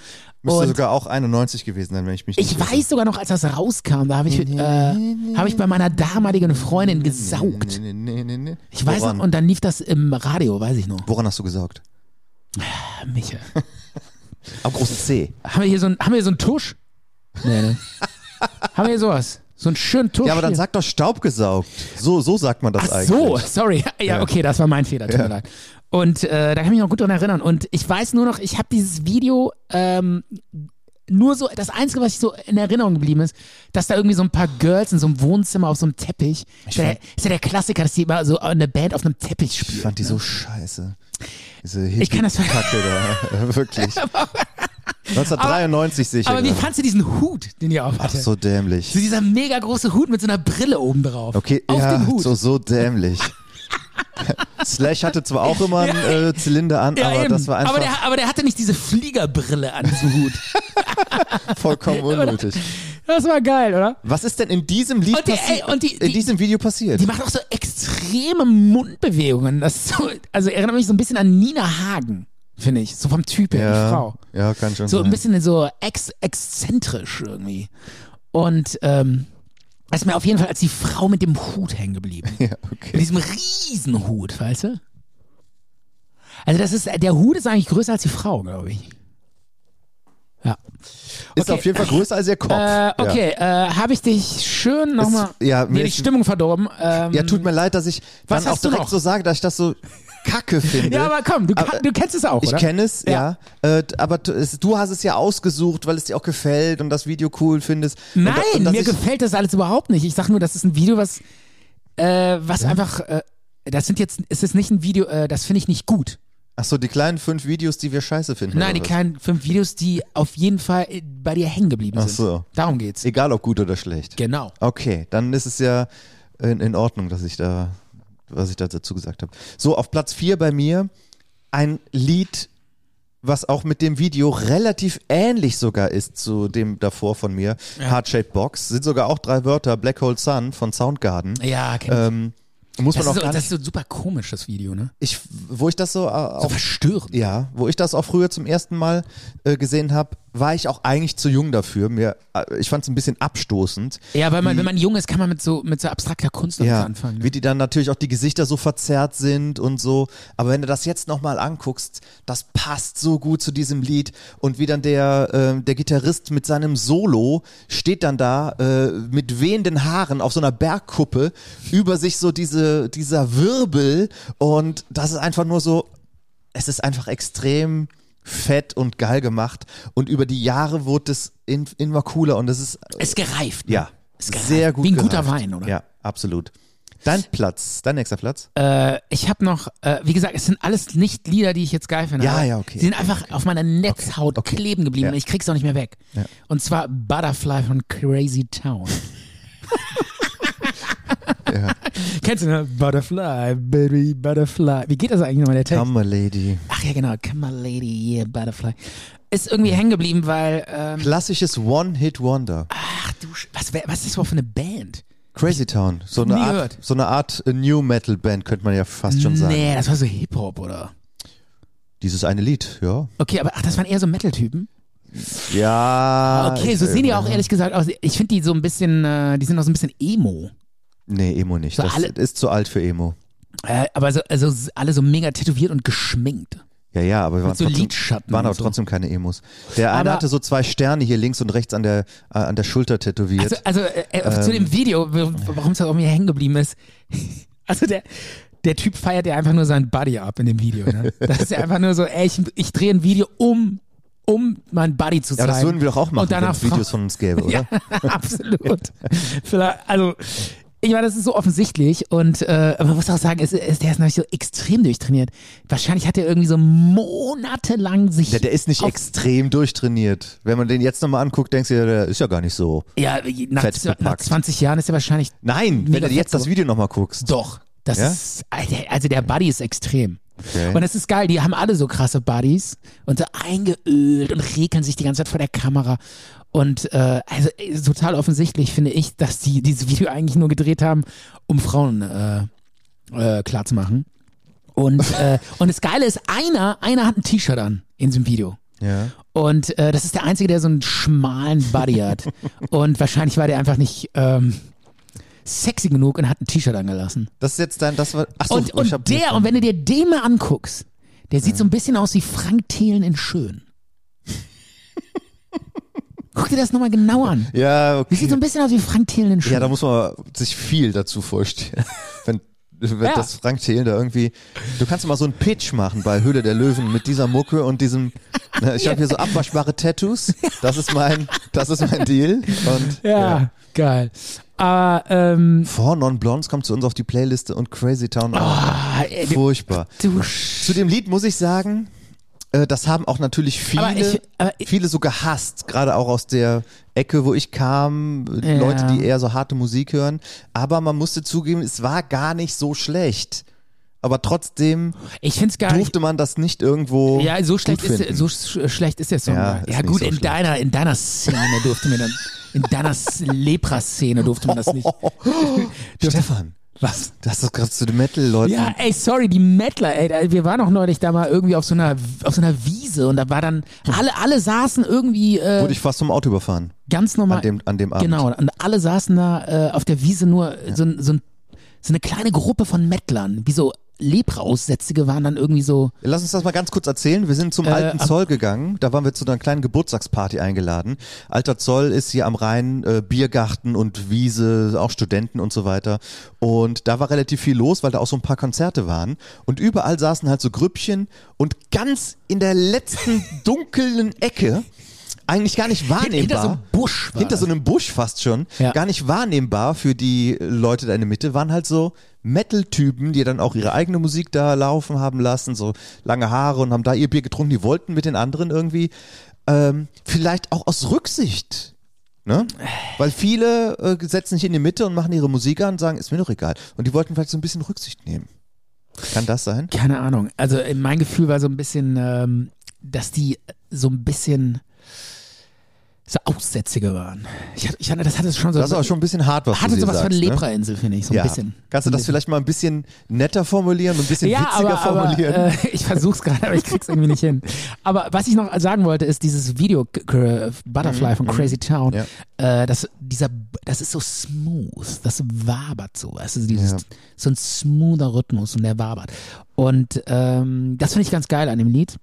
Müsste Und- sogar auch 91 gewesen sein, wenn ich mich nicht Ich irre. weiß sogar noch, als das rauskam, da habe ich, äh, hab ich bei meiner damaligen Freundin gesaugt. Nee, nee, nee, nee, nee. Ich weiß woran, noch, und dann lief das im Radio, weiß ich noch. woran hast du gesaugt? Ah, Micha. Am großen C. haben wir hier so ein, haben wir hier so einen Tusch? Nee, ne? haben wir hier sowas? So einen schönen Tusch? Ja, aber dann hier? sag doch Staubgesaugt. So, so sagt man das Ach eigentlich. so, sorry. Ja, okay, das war mein Fehler, tut mir leid. Und äh, da kann ich mich noch gut dran erinnern. Und ich weiß nur noch, ich habe dieses Video ähm, nur so, das Einzige, was ich so in Erinnerung geblieben ist, dass da irgendwie so ein paar Girls in so einem Wohnzimmer auf so einem Teppich, ist ja, der, ist ja der Klassiker, dass die immer so eine Band auf einem Teppich Ich spielen. fand die so scheiße. Diese Ich kann das ver- Kacke da. Wirklich. 1993 sicher. Aber wie fandst du diesen Hut, den ihr auf Ach, hatte? so dämlich. So dieser mega große Hut mit so einer Brille oben drauf. Okay, auf ja, dem Hut. So, so dämlich. Slash hatte zwar auch immer einen äh, Zylinder an, ja, aber eben. das war einfach aber, der, aber der hatte nicht diese Fliegerbrille an diesem Hut. vollkommen unnötig. Das war geil, oder? Was ist denn in diesem Lied Und die- passi- ey, und die- in die- diesem Video passiert? Die macht auch so extreme Mundbewegungen. Das ist so, also erinnert mich so ein bisschen an Nina Hagen, finde ich. So vom Typ her, die ja, Mhm. Frau. ja, kann schon So sein. ein bisschen so ex exzentrisch irgendwie. Und ähm, das ist mir auf jeden Fall als die Frau mit dem Hut hängen geblieben. Ja, Mit okay. diesem Riesenhut, weißt du? Also das ist, der Hut ist eigentlich größer als die Frau, glaube ich. Ja. Ist auf jeden Fall größer als ihr Kopf. Äh, Ja. okay, äh, habe ich dich schön nochmal ja, mir mir die ist- Stimmung verdorben. Ähm, Ja, tut mir leid, dass ich Was dann auch hast du direkt noch? so sage, dass ich das so kacke finde. Ja, aber komm, du, Aber- du kennst es auch, ich oder? kenne es, Ja. ja. Äh, d- aber t- es, du hast es ja ausgesucht, weil es dir auch gefällt und das Video cool findest. Und da- Nein, und dass mir ich- gefällt das alles überhaupt nicht. Ich sag nur, das ist ein Video, was, äh, was einfach, äh, das sind jetzt, es ist nicht ein Video, äh, das finde ich nicht gut. Ach so, die kleinen fünf Videos, die wir scheiße finden. Nein, oder die was? kleinen fünf Videos, die auf jeden Fall äh, bei dir hängen geblieben Ach sind. so. Darum geht's. Egal ob gut oder schlecht. genau. Okay, dann ist es ja in, in Ordnung, dass ich da was ich da dazu gesagt habe. So, auf Platz 4 bei mir ein Lied, was auch mit dem Video relativ ähnlich sogar ist zu dem davor von mir. Heart Shaped Box. Sind sogar auch drei Wörter. Black Hole Sun von Soundgarden. Ja, kenn ich. Ähm, muss das, man ist, auch so- gar das nicht. ist so super komisch, das Video, ne? Ich, wo ich das so, äh, So auch, verstörend. ja, wo ich das auch früher zum ersten Mal äh, gesehen habe, war ich auch eigentlich zu jung dafür. Mir, äh, ich fand es ein bisschen abstoßend. Ja, weil man, wenn man jung ist, kann man mit so, mit so abstrakter Kunst noch ja, was anfangen. Ne? wie die dann natürlich auch die Gesichter so verzerrt sind und so. Aber wenn du das jetzt nochmal anguckst, das passt so gut zu diesem Lied. Und wie dann der, äh, der Gitarrist mit seinem Solo steht dann da äh, mit wehenden Haaren auf so einer Bergkuppe über sich so diese, dieser Wirbel. Und das ist einfach nur so, es ist einfach extrem fett und geil gemacht. Und über die Jahre wurde es in- immer cooler und es ist Es gereift. ne? ja. Ist gereift. Sehr gut. Wie ein gereift. guter Wein, oder? Äh, Ja, absolut. Dein Platz, dein nächster Platz. Ich habe noch, äh, wie gesagt, es sind alles nicht Lieder, die ich jetzt geil finde. Ja, aber ja, okay, Sie sind okay, einfach auf meiner Netzhaut okay, okay. kleben geblieben Ja. und ich krieg's auch nicht mehr weg. Und zwar Butterfly von Crazy Town. Kennst du, ne? Butterfly, baby, Butterfly. Wie geht das eigentlich nochmal, der Text? Come, my lady. Ach ja, genau. Come on, lady, yeah, Butterfly. Ist irgendwie hängen geblieben, weil, ähm, Klassisches One-Hit-Wonder. ach du, Sch- was, wär- was ist das überhaupt für eine Band? Crazy Town. So eine, nie Art, gehört. so eine Art äh, New Metal Band, könnte man ja fast schon sagen. Nee, das war so Hip-Hop, oder? Dieses eine Lied, ja. Okay, aber ach, das waren eher so Metal-Typen. Ja. Okay, so ich- sehen die auch äh, ehrlich gesagt aus. Ich finde die so ein bisschen, äh, die sind auch so ein bisschen emo. Nee, Emo nicht. So das alle- ist zu alt für Emo. Äh, aber so, also s- alle so mega tätowiert und geschminkt. Ja, ja, aber wir waren, so trotzdem, Lidschatten waren und aber so. trotzdem keine Emos. Der eine Aber- hatte so zwei Sterne hier links und rechts an der, äh, an der Schulter tätowiert. Also, also äh, äh, zu ähm, dem Video, w- warum es halt auch mir hängen geblieben ist. Also der, der Typ feiert ja einfach nur seinen Buddy ab in dem Video. Ne? Das ist ja einfach nur so, ey, ich, ich drehe ein Video um, um meinen Buddy zu ja, zeigen. aber das würden wir doch auch machen, Und wenn danach es Videos von uns gäbe, oder? Ne? Absolut. Vielleicht, also, ich meine, das ist so offensichtlich und äh, man muss auch sagen, es, es, der ist natürlich so extrem durchtrainiert. Wahrscheinlich hat er irgendwie so monatelang sich. Ja, der ist nicht auf, extrem durchtrainiert. Wenn man den jetzt nochmal anguckt, denkst du, ja, der ist ja gar nicht so. Ja, äh, nach, fett nach verpackt. 20 Jahren ist er wahrscheinlich Nein, Mega wenn du jetzt fett, das Video nochmal guckst. doch. Das Ja? ist, Alter, also der Buddy ist extrem. Okay. Und es ist geil, die haben alle so krasse Buddies und so eingeölt und regeln sich die ganze Zeit vor der Kamera. Und äh, also äh, total offensichtlich finde ich, dass die dieses Video eigentlich nur gedreht haben, um Frauen äh, äh, klar zu machen. Und, äh, und das Geile ist, einer, einer hat ein T-Shirt an in diesem Video. Ja. Und äh, das ist der Einzige, der so einen schmalen Buddy hat. und wahrscheinlich war der einfach nicht ähm, sexy genug und hat ein T-Shirt angelassen. Das ist jetzt dein, das war, ach so, Und, oh, ich und hab der, und wenn du dir den mal anguckst, der sieht so ein bisschen aus wie Frank Thelen in Schön. Guck dir das nochmal genau an. ja, Der sieht so okay. ein bisschen aus wie Frank Thelen in Schön. Ja, da muss man sich viel dazu vorstellen. wenn, wenn Ja. das Frank Thelen da irgendwie, du kannst mal so einen Pitch machen bei Höhle der Löwen mit dieser Mucke und diesem, ne, ich habe hier so abwaschbare Tattoos. Das ist mein, das ist mein Deal. Und ja, Ah, geil. Aber, ähm, Four Non-Blondes kommt zu uns auf die Playliste und Crazy Town auch. ah, ey, du, Furchtbar. du Sch- Zu dem Lied muss ich sagen, äh, das haben auch natürlich viele, Aber ich- aber ich- viele so gehasst, gerade auch aus der Ecke, wo ich kam, äh, Leute, die eher so harte Musik hören. Aber man musste zugeben, es war gar nicht so schlecht. Aber trotzdem ich find's gar nicht. durfte man das nicht irgendwo. Ja, so schlecht, gut ist, finden. so sch schlecht ist der Song. Ja, Ja, ist ja nicht gut, so in, schlecht. deiner, in deiner Szene durfte man dann, in deiner S- Lepra-Szene durfte man das nicht. Stefan, Was? das ist doch gerade zu den Metal-Leuten. Ja, ey, sorry, die Mettler, ey, da- wir waren auch neulich da mal irgendwie auf so einer, auf so einer Wiese und da war dann, alle, alle saßen irgendwie äh, Wurde ich fast vom Auto überfahren. ganz normal. An dem, an dem Abend. Genau, und alle saßen da äh, auf der Wiese nur äh, so, ein- so, ein, so eine kleine Gruppe von Mettlern, wie so Lepra-Aussätzige waren dann irgendwie so, Lass uns das mal ganz kurz erzählen. Wir sind zum Äh, alten Zoll gegangen. Da waren wir zu einer kleinen Geburtstagsparty eingeladen. Alter Zoll ist hier am Rhein äh, Biergarten und Wiese, auch Studenten und so weiter. Und da war relativ viel los, weil da auch so ein paar Konzerte waren. Und überall saßen halt so Grüppchen und ganz in der letzten dunklen Ecke, eigentlich gar nicht wahrnehmbar. hinter so einem Busch. war Hinter so das. einem Busch fast schon, Ja. gar nicht wahrnehmbar für die Leute da in der Mitte, waren halt so Metal-Typen, die dann auch ihre eigene Musik da laufen haben lassen, so lange Haare und haben da ihr Bier getrunken, die wollten mit den anderen irgendwie, ähm, vielleicht auch aus Rücksicht, ne? Weil viele äh, setzen sich in die Mitte und machen ihre Musik an und sagen, ist mir doch egal. Und die wollten vielleicht so ein bisschen Rücksicht nehmen. Kann das sein? Keine Ahnung. Also äh, mein Gefühl war so ein bisschen, ähm, dass die so ein bisschen so Aussätzige waren. Ich hatte, ich hatte, das hatte schon so. Das ist auch schon ein bisschen hart, was hatte du dir sowas von sagst, ne? Leprainsel, finde ich, so ein ja. bisschen. Kannst du das vielleicht mal ein bisschen netter formulieren, ein bisschen ja, witziger aber, aber formulieren? äh, ich versuch's gerade, aber ich krieg's irgendwie nicht hin. Aber was ich noch sagen wollte, ist dieses Video K- K- Mhm, Butterfly von Crazy Town. Äh, das, dieser, das ist so smooth, das wabert so. Es ist dieses, Ja. so ein smoother Rhythmus und der wabert. Und ähm, das finde ich ganz geil an dem Lied,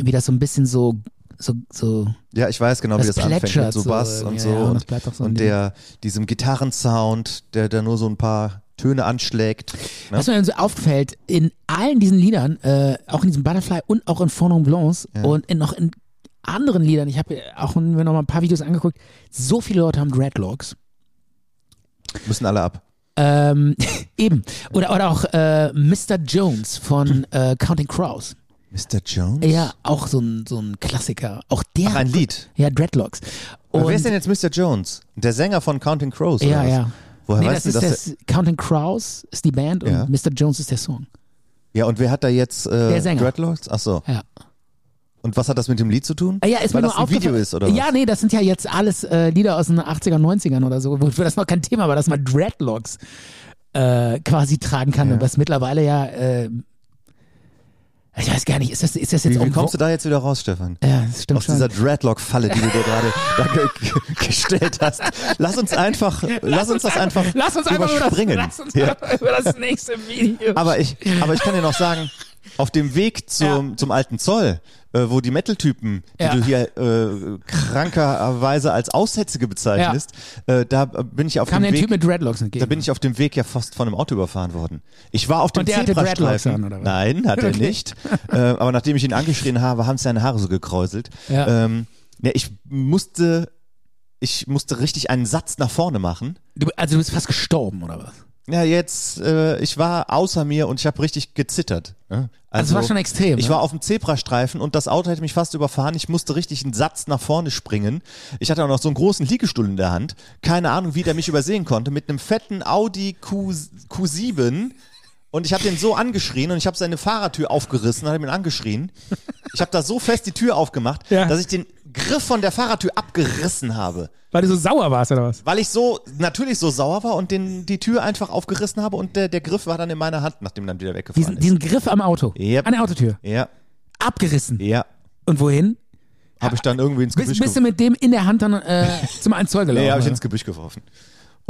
wie das so ein bisschen so so so ja, ich weiß genau, wie das das anfängt mit plätschert so so Bass irgendwie, und so ja, und das und, bleibt doch so in und der diesem Gitarrensound, der da nur so ein paar Töne anschlägt. Ne? Was mir dann so auffällt, in allen diesen Liedern, äh, auch in diesem Butterfly und auch in Four Non Blancs und in, noch in anderen Liedern, ich habe mir auch mir noch mal ein paar Videos angeguckt, so viele Leute haben Dreadlocks. Müssen alle ab. Ähm, eben. Oder, oder auch äh, Mr. Jones von äh, Counting Crows. Mr. Jones? Ja, auch so ein, so ein Klassiker. Auch der. Ach, ein Lied. Ja, Dreadlocks. Und Wer ist denn jetzt Mr. Jones? Der Sänger von Counting Crows? Ja, oder was? ja. Woher nee, weißt das du ist das? das Counting Crows ist die Band und Ja. Mr. Jones ist der Song. Ja, und wer hat da jetzt äh, Der Sänger. Dreadlocks? Ach so. Ja. Und was hat das mit dem Lied zu tun? Ah Ja, ist Weil mir das nur ein Video aufgefallen. ist, oder was? Ja, nee, das sind ja jetzt alles äh, Lieder aus den 80er, 90ern oder so, wofür das noch kein Thema war, dass man Dreadlocks äh, quasi tragen kann und was mittlerweile ja, äh, ich weiß gar nicht, ist das, ist das jetzt Wie, wie en kommst du vogue? da jetzt wieder raus, Stefan? Ja, das stimmt Aus schon. dieser Dreadlock-Falle, die du dir gerade da ge ge- gestellt hast. Lass uns einfach, lass, uns das einfach lass uns einfach über das, überspringen. lass uns ja. einfach über das nächste Video. aber, ich, aber ich kann dir noch sagen, auf dem Weg zum, zum alten Zoll, äh, wo die Metal-Typen, die Ja. du hier äh, krankerweise als Aussätzige bezeichnest, äh, da bin ich auf kam dem der Weg... Typ mit Dreadlocks Da entgegen. bin ich auf dem Weg ja fast von einem Auto überfahren worden. Ich war auf dem Und der hatte Zebrastreifen. Dreadlocks an, oder was? Nein, hat er nicht. äh, aber nachdem ich ihn angeschrien habe, haben seine Haare so gekräuselt. Ja. Ähm, ja, ich musste, ich musste richtig einen Satz nach vorne machen. Du, also du bist fast gestorben, oder was? Ja, jetzt, äh, ich war außer mir und ich habe richtig gezittert. ne? Also, das war schon extrem. Ich ne? war auf dem Zebrastreifen und das Auto hätte mich fast überfahren. Ich musste richtig einen Satz nach vorne springen. Ich hatte auch noch so einen großen Liegestuhl in der Hand. Keine Ahnung, wie der mich übersehen konnte. Mit einem fetten Audi Q, Q7. Und ich habe den so angeschrien und ich habe seine Fahrertür aufgerissen und habe ihn angeschrien. Ich habe da so fest die Tür aufgemacht, Ja. dass ich den Griff von der Fahrertür abgerissen habe. Weil du so sauer warst, oder was? Weil ich so, natürlich so sauer war und den, die Tür einfach aufgerissen habe und der, der Griff war dann in meiner Hand, nachdem dann wieder weggefahren Diesen, diesen Griff am Auto. Yep. An der Autotür. ist. Ja, Abgerissen. ja. Und wohin? Habe ich dann irgendwie ins Gebüsch Bist, bist geworfen. du mit dem in der Hand dann äh, zum einen Zoll gelaufen? Nee, habe ich oder? ins Gebüsch geworfen.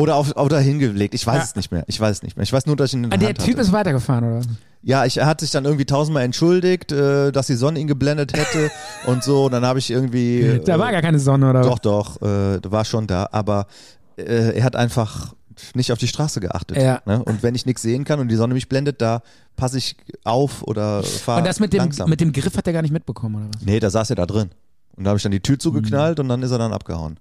Oder auf, oder hingelegt. Ich weiß Ja. es nicht mehr. Ich weiß es nicht mehr. Ich weiß nur, dass ich ihn in Ah, der der Hand Typ hatte. ist weitergefahren, oder? Ja, ich, er hat sich dann irgendwie tausendmal entschuldigt, äh, dass die Sonne ihn geblendet hätte und so. Und dann habe ich irgendwie. Äh, Da war gar keine Sonne, oder? Doch, doch, äh, war schon da. Aber äh, er hat einfach nicht auf die Straße geachtet. Ja. Ne? Und wenn ich nichts sehen kann und die Sonne mich blendet, da passe ich auf oder fahre Und das mit dem, langsam. mit dem Griff hat er gar nicht mitbekommen, oder was? Nee, da saß er da drin. Und da habe ich dann die Hm. Tür zugeknallt und dann ist er dann abgehauen.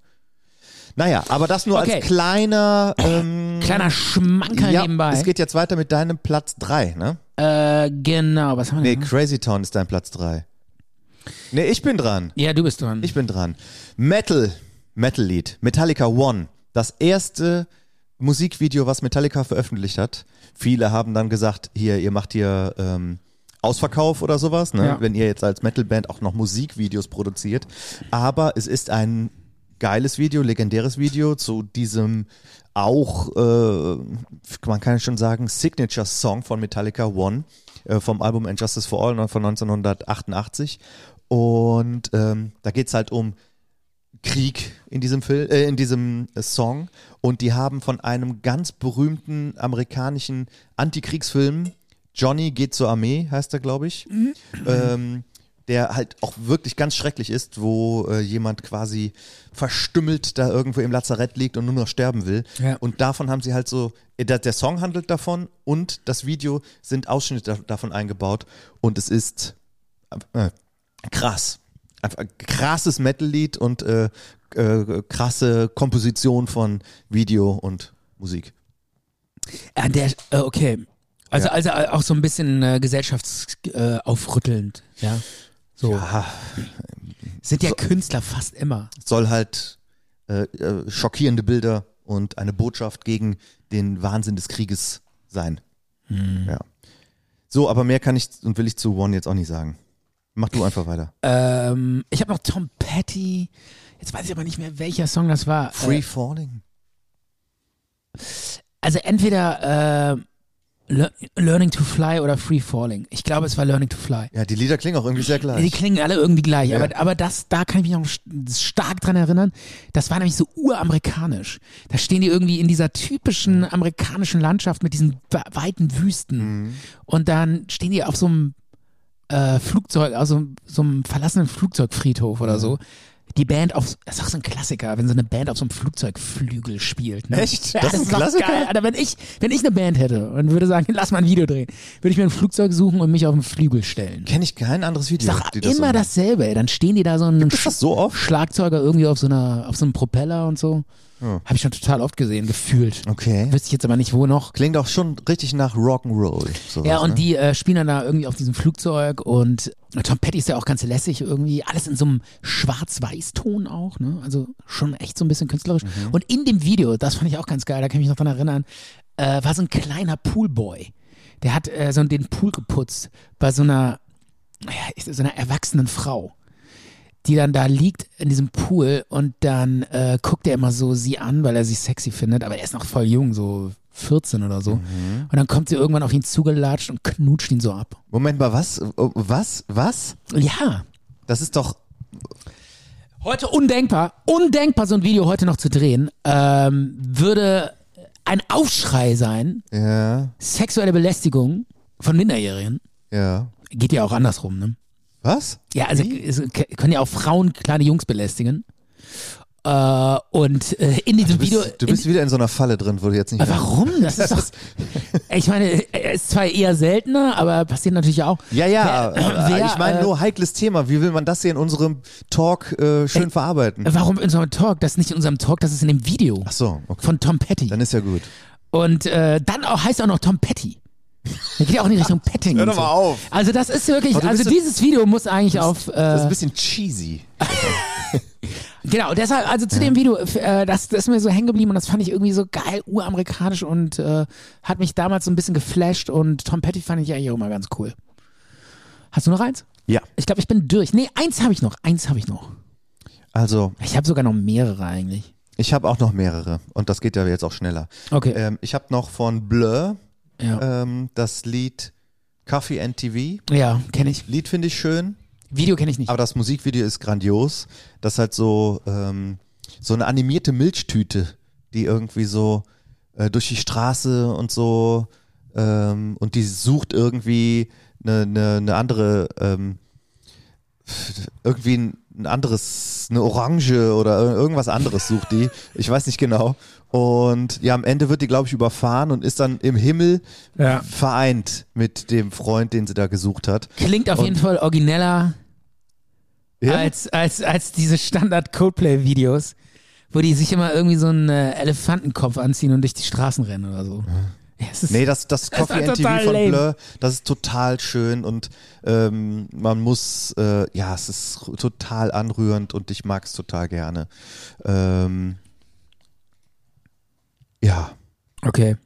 Naja, aber das nur Okay. als kleiner. Ähm, Kleiner Schmanker ja, nebenbei. es geht jetzt weiter mit deinem Platz 3, ne? äh, genau, was haben wir Nee, denn? Crazy Town ist dein Platz 3. Nee, ich bin dran. Ja, du bist dran. Ich bin dran. Metal, Metal-Lied, Metallica One, das erste Musikvideo, was Metallica veröffentlicht hat. Viele haben dann gesagt, hier, ihr macht hier ähm, Ausverkauf oder sowas, ne? Ja. wenn ihr jetzt als Metalband auch noch Musikvideos produziert. Aber es ist ein geiles Video, legendäres Video zu diesem auch, äh, man kann schon sagen, Signature-Song von Metallica One äh, vom Album And Justice for All ne, von 1988. Und ähm, da geht's halt um Krieg in diesem Film, äh, in diesem äh, Song. Und die haben von einem ganz berühmten amerikanischen Antikriegsfilm, Johnny geht zur Armee, heißt er, glaube ich, ähm, der halt auch wirklich ganz schrecklich ist, wo äh, jemand quasi verstümmelt da irgendwo im Lazarett liegt und nur noch sterben will. Ja. Und davon haben sie halt so, äh, der, der Song handelt davon und das Video sind Ausschnitte da- davon eingebaut. Und es ist äh, krass. Einfach ein krasses Metal-Lied und äh, äh, krasse Komposition von Video und Musik. Ah, der, äh, okay. Also, also äh, auch so ein bisschen äh, gesellschaftsaufrüttelnd, äh, aufrüttelnd, ja. So. Ah, Sind ja Künstler fast immer. soll halt äh, äh, schockierende Bilder und eine Botschaft gegen den Wahnsinn des Krieges sein. Hm. Ja. So, aber mehr kann ich und will ich zu One jetzt auch nicht sagen. Mach du einfach weiter. Ähm, ich habe noch Tom Petty. Jetzt weiß ich aber nicht mehr, welcher Song das war. Free Äh, Falling. also entweder äh, Lear- Learning to Fly oder Free Falling. Ich glaube, es war Learning to Fly. Ja, die Lieder klingen auch irgendwie sehr Die gleich. klingen alle irgendwie gleich, Ja. aber, aber das, da kann ich mich noch st- stark dran erinnern. Das war nämlich so uramerikanisch. Da stehen die irgendwie in dieser Mhm. typischen amerikanischen Landschaft mit diesen we- weiten Wüsten. Mhm. Und dann stehen die auf so einem äh, Flugzeug, also so einem verlassenen Flugzeugfriedhof Mhm. oder so. Die Band auf, das ist auch so ein Klassiker, wenn so eine Band auf so einem Flugzeugflügel spielt. Ne? Echt? Ja, Das das, ist ein ist doch Klassiker? geil. Alter, wenn ich, wenn ich eine Band hätte und würde sagen, lass mal ein Video drehen, würde ich mir ein Flugzeug suchen und mich auf einen Flügel stellen. Kenne ich kein anderes Video. Sag die so immer machen. dasselbe, ey. Dann stehen die da so ein Ist das so oft? Schlagzeuger irgendwie auf so einer, auf so einem Propeller und so. Habe ich schon total oft gesehen, gefühlt. Okay. Wüsste ich jetzt aber nicht, wo noch. Klingt auch schon richtig nach Rock'n'Roll. sowas, Ja, und ne? die äh, spielen dann da irgendwie auf diesem Flugzeug und äh, Tom Petty ist ja auch ganz lässig irgendwie. Alles in so einem Schwarz-Weiß-Ton auch, ne? Also schon echt so ein bisschen künstlerisch. Mhm. Und in dem Video, das fand ich auch ganz geil, da kann ich mich noch dran erinnern, äh, war so ein kleiner Poolboy. Der hat äh, so den Pool geputzt bei so einer, naja, ist- so einer erwachsenen Frau. Die dann da liegt in diesem Pool und dann äh, guckt er immer so sie an, weil er sie sexy findet, aber er ist noch voll jung, so 14 oder so. Mhm. Und dann kommt sie irgendwann auf ihn zugelatscht und knutscht ihn so ab. Moment mal, was? Oh, Was? Was? Ja. Das ist doch. Heute undenkbar, undenkbar, so ein Video heute noch zu drehen, ähm, würde ein Aufschrei sein. Ja, Sexuelle Belästigung von Minderjährigen. ja. Geht ja auch andersrum, ne? Was? Ja, also es k- können ja auch Frauen kleine Jungs belästigen. Äh, und äh, in diesem Du Also bist, Video. du bist wieder in so einer Falle drin, wo du jetzt nicht. in, Äh, warum? Das ist doch. ich meine, es ist zwar eher seltener, aber passiert natürlich auch. Ja, ja. Wer- äh, ich meine, äh, nur heikles Thema. Wie will man das hier in unserem Talk äh, schön verarbeiten? Warum in unserem Talk? Das ist nicht in unserem Talk, das ist in dem Video. Ach so, okay. Von Tom Petty. Dann ist ja gut. Und äh, dann auch, heißt auch noch Tom Petty. Der geht ja auch in die Richtung Petting. Hör und doch mal so. auf. Also das ist wirklich, Aber du also bist ja- dieses Video muss eigentlich auf. Das ist ein Äh, bisschen cheesy. genau, deshalb, also zu dem Video, f- äh, das, das ist mir so hängen geblieben und das fand ich irgendwie so geil, uramerikanisch und äh, hat mich damals so ein bisschen geflasht und Tom Petty fand ich eigentlich auch immer ganz cool. Hast du noch eins? Ja. Ich glaube, ich bin durch. Nee, eins habe ich noch. Eins habe ich noch. Also, Ich habe sogar noch mehrere eigentlich. ich habe auch noch mehrere. Und das geht ja jetzt auch schneller. Okay. Ähm, ich habe noch von Blur ja, ähm, das Lied Coffee and TV. ja kenne ich. Lied finde äh, ich schön. Video kenne ich nicht. Aber das Musikvideo ist grandios. Das ist halt so, ähm, so eine animierte Milchtüte, die irgendwie so äh, durch die Straße und so ähm, und die sucht irgendwie eine, eine, eine andere, ähm, irgendwie ein, ein anderes, eine Orange oder ir- irgendwas anderes sucht die. Ich weiß nicht genau. Und ja, am Ende wird die, glaube ich, überfahren und ist dann im Himmel Ja. vereint mit dem Freund, den sie da gesucht hat. Klingt auf jeden Fall origineller Ja? als, als, als diese Standard-Coldplay-Videos, wo die sich immer irgendwie so einen äh, Elefantenkopf anziehen und durch die Straßen rennen oder so. Ja, es ist, Nee, das, das Das ist Coffee and TV total von lame. Blur, das ist total schön und ähm, man muss, äh, ja, es ist r- total anrührend und ich mag es total gerne. Ähm, ja, okay.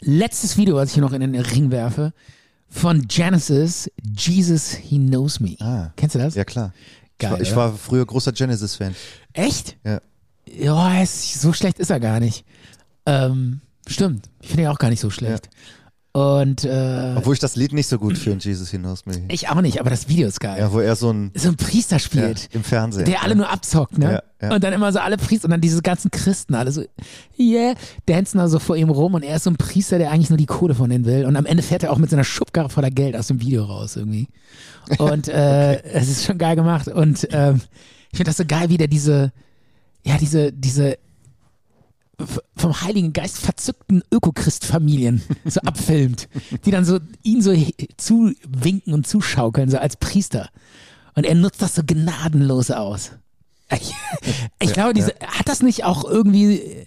Letztes Video, was ich hier noch in den Ring werfe, von Genesis, Jesus, He Knows Me. Ah. Kennst du das? ja klar. Geil, ich, war, ich oder? war früher großer Genesis-Fan. Echt? Ja. Ja, es- so schlecht ist er gar nicht. Ähm, stimmt. Ich finde ihn auch gar nicht so schlecht. Und äh, Obwohl ich das Lied nicht so gut finde, Jesus hinaus mich. ich auch nicht, aber das Video ist geil. Ja, wo er so ein so ein Priester ja, spielt, im Fernsehen. der alle nur abzockt, ne? Ja, ja. Und dann immer so alle Priester und dann diese ganzen Christen, alle so, yeah, dancen da so vor ihm rum und er ist so ein Priester, der eigentlich nur die Kohle von denen will. Und am Ende fährt er auch mit seiner Schubkarre voller Geld aus dem Video raus irgendwie. Und äh, es ist schon geil gemacht. Und ähm, ich finde das so geil, wie der diese, ja, diese, diese v- vom Heiligen Geist verzückten Ökochrist-Familien so abfilmt, die dann so ihn so he- zuwinken und zuschaukeln, so als Priester. Und er nutzt das so gnadenlos aus. Ich, ich glaube, diese, hat das nicht auch irgendwie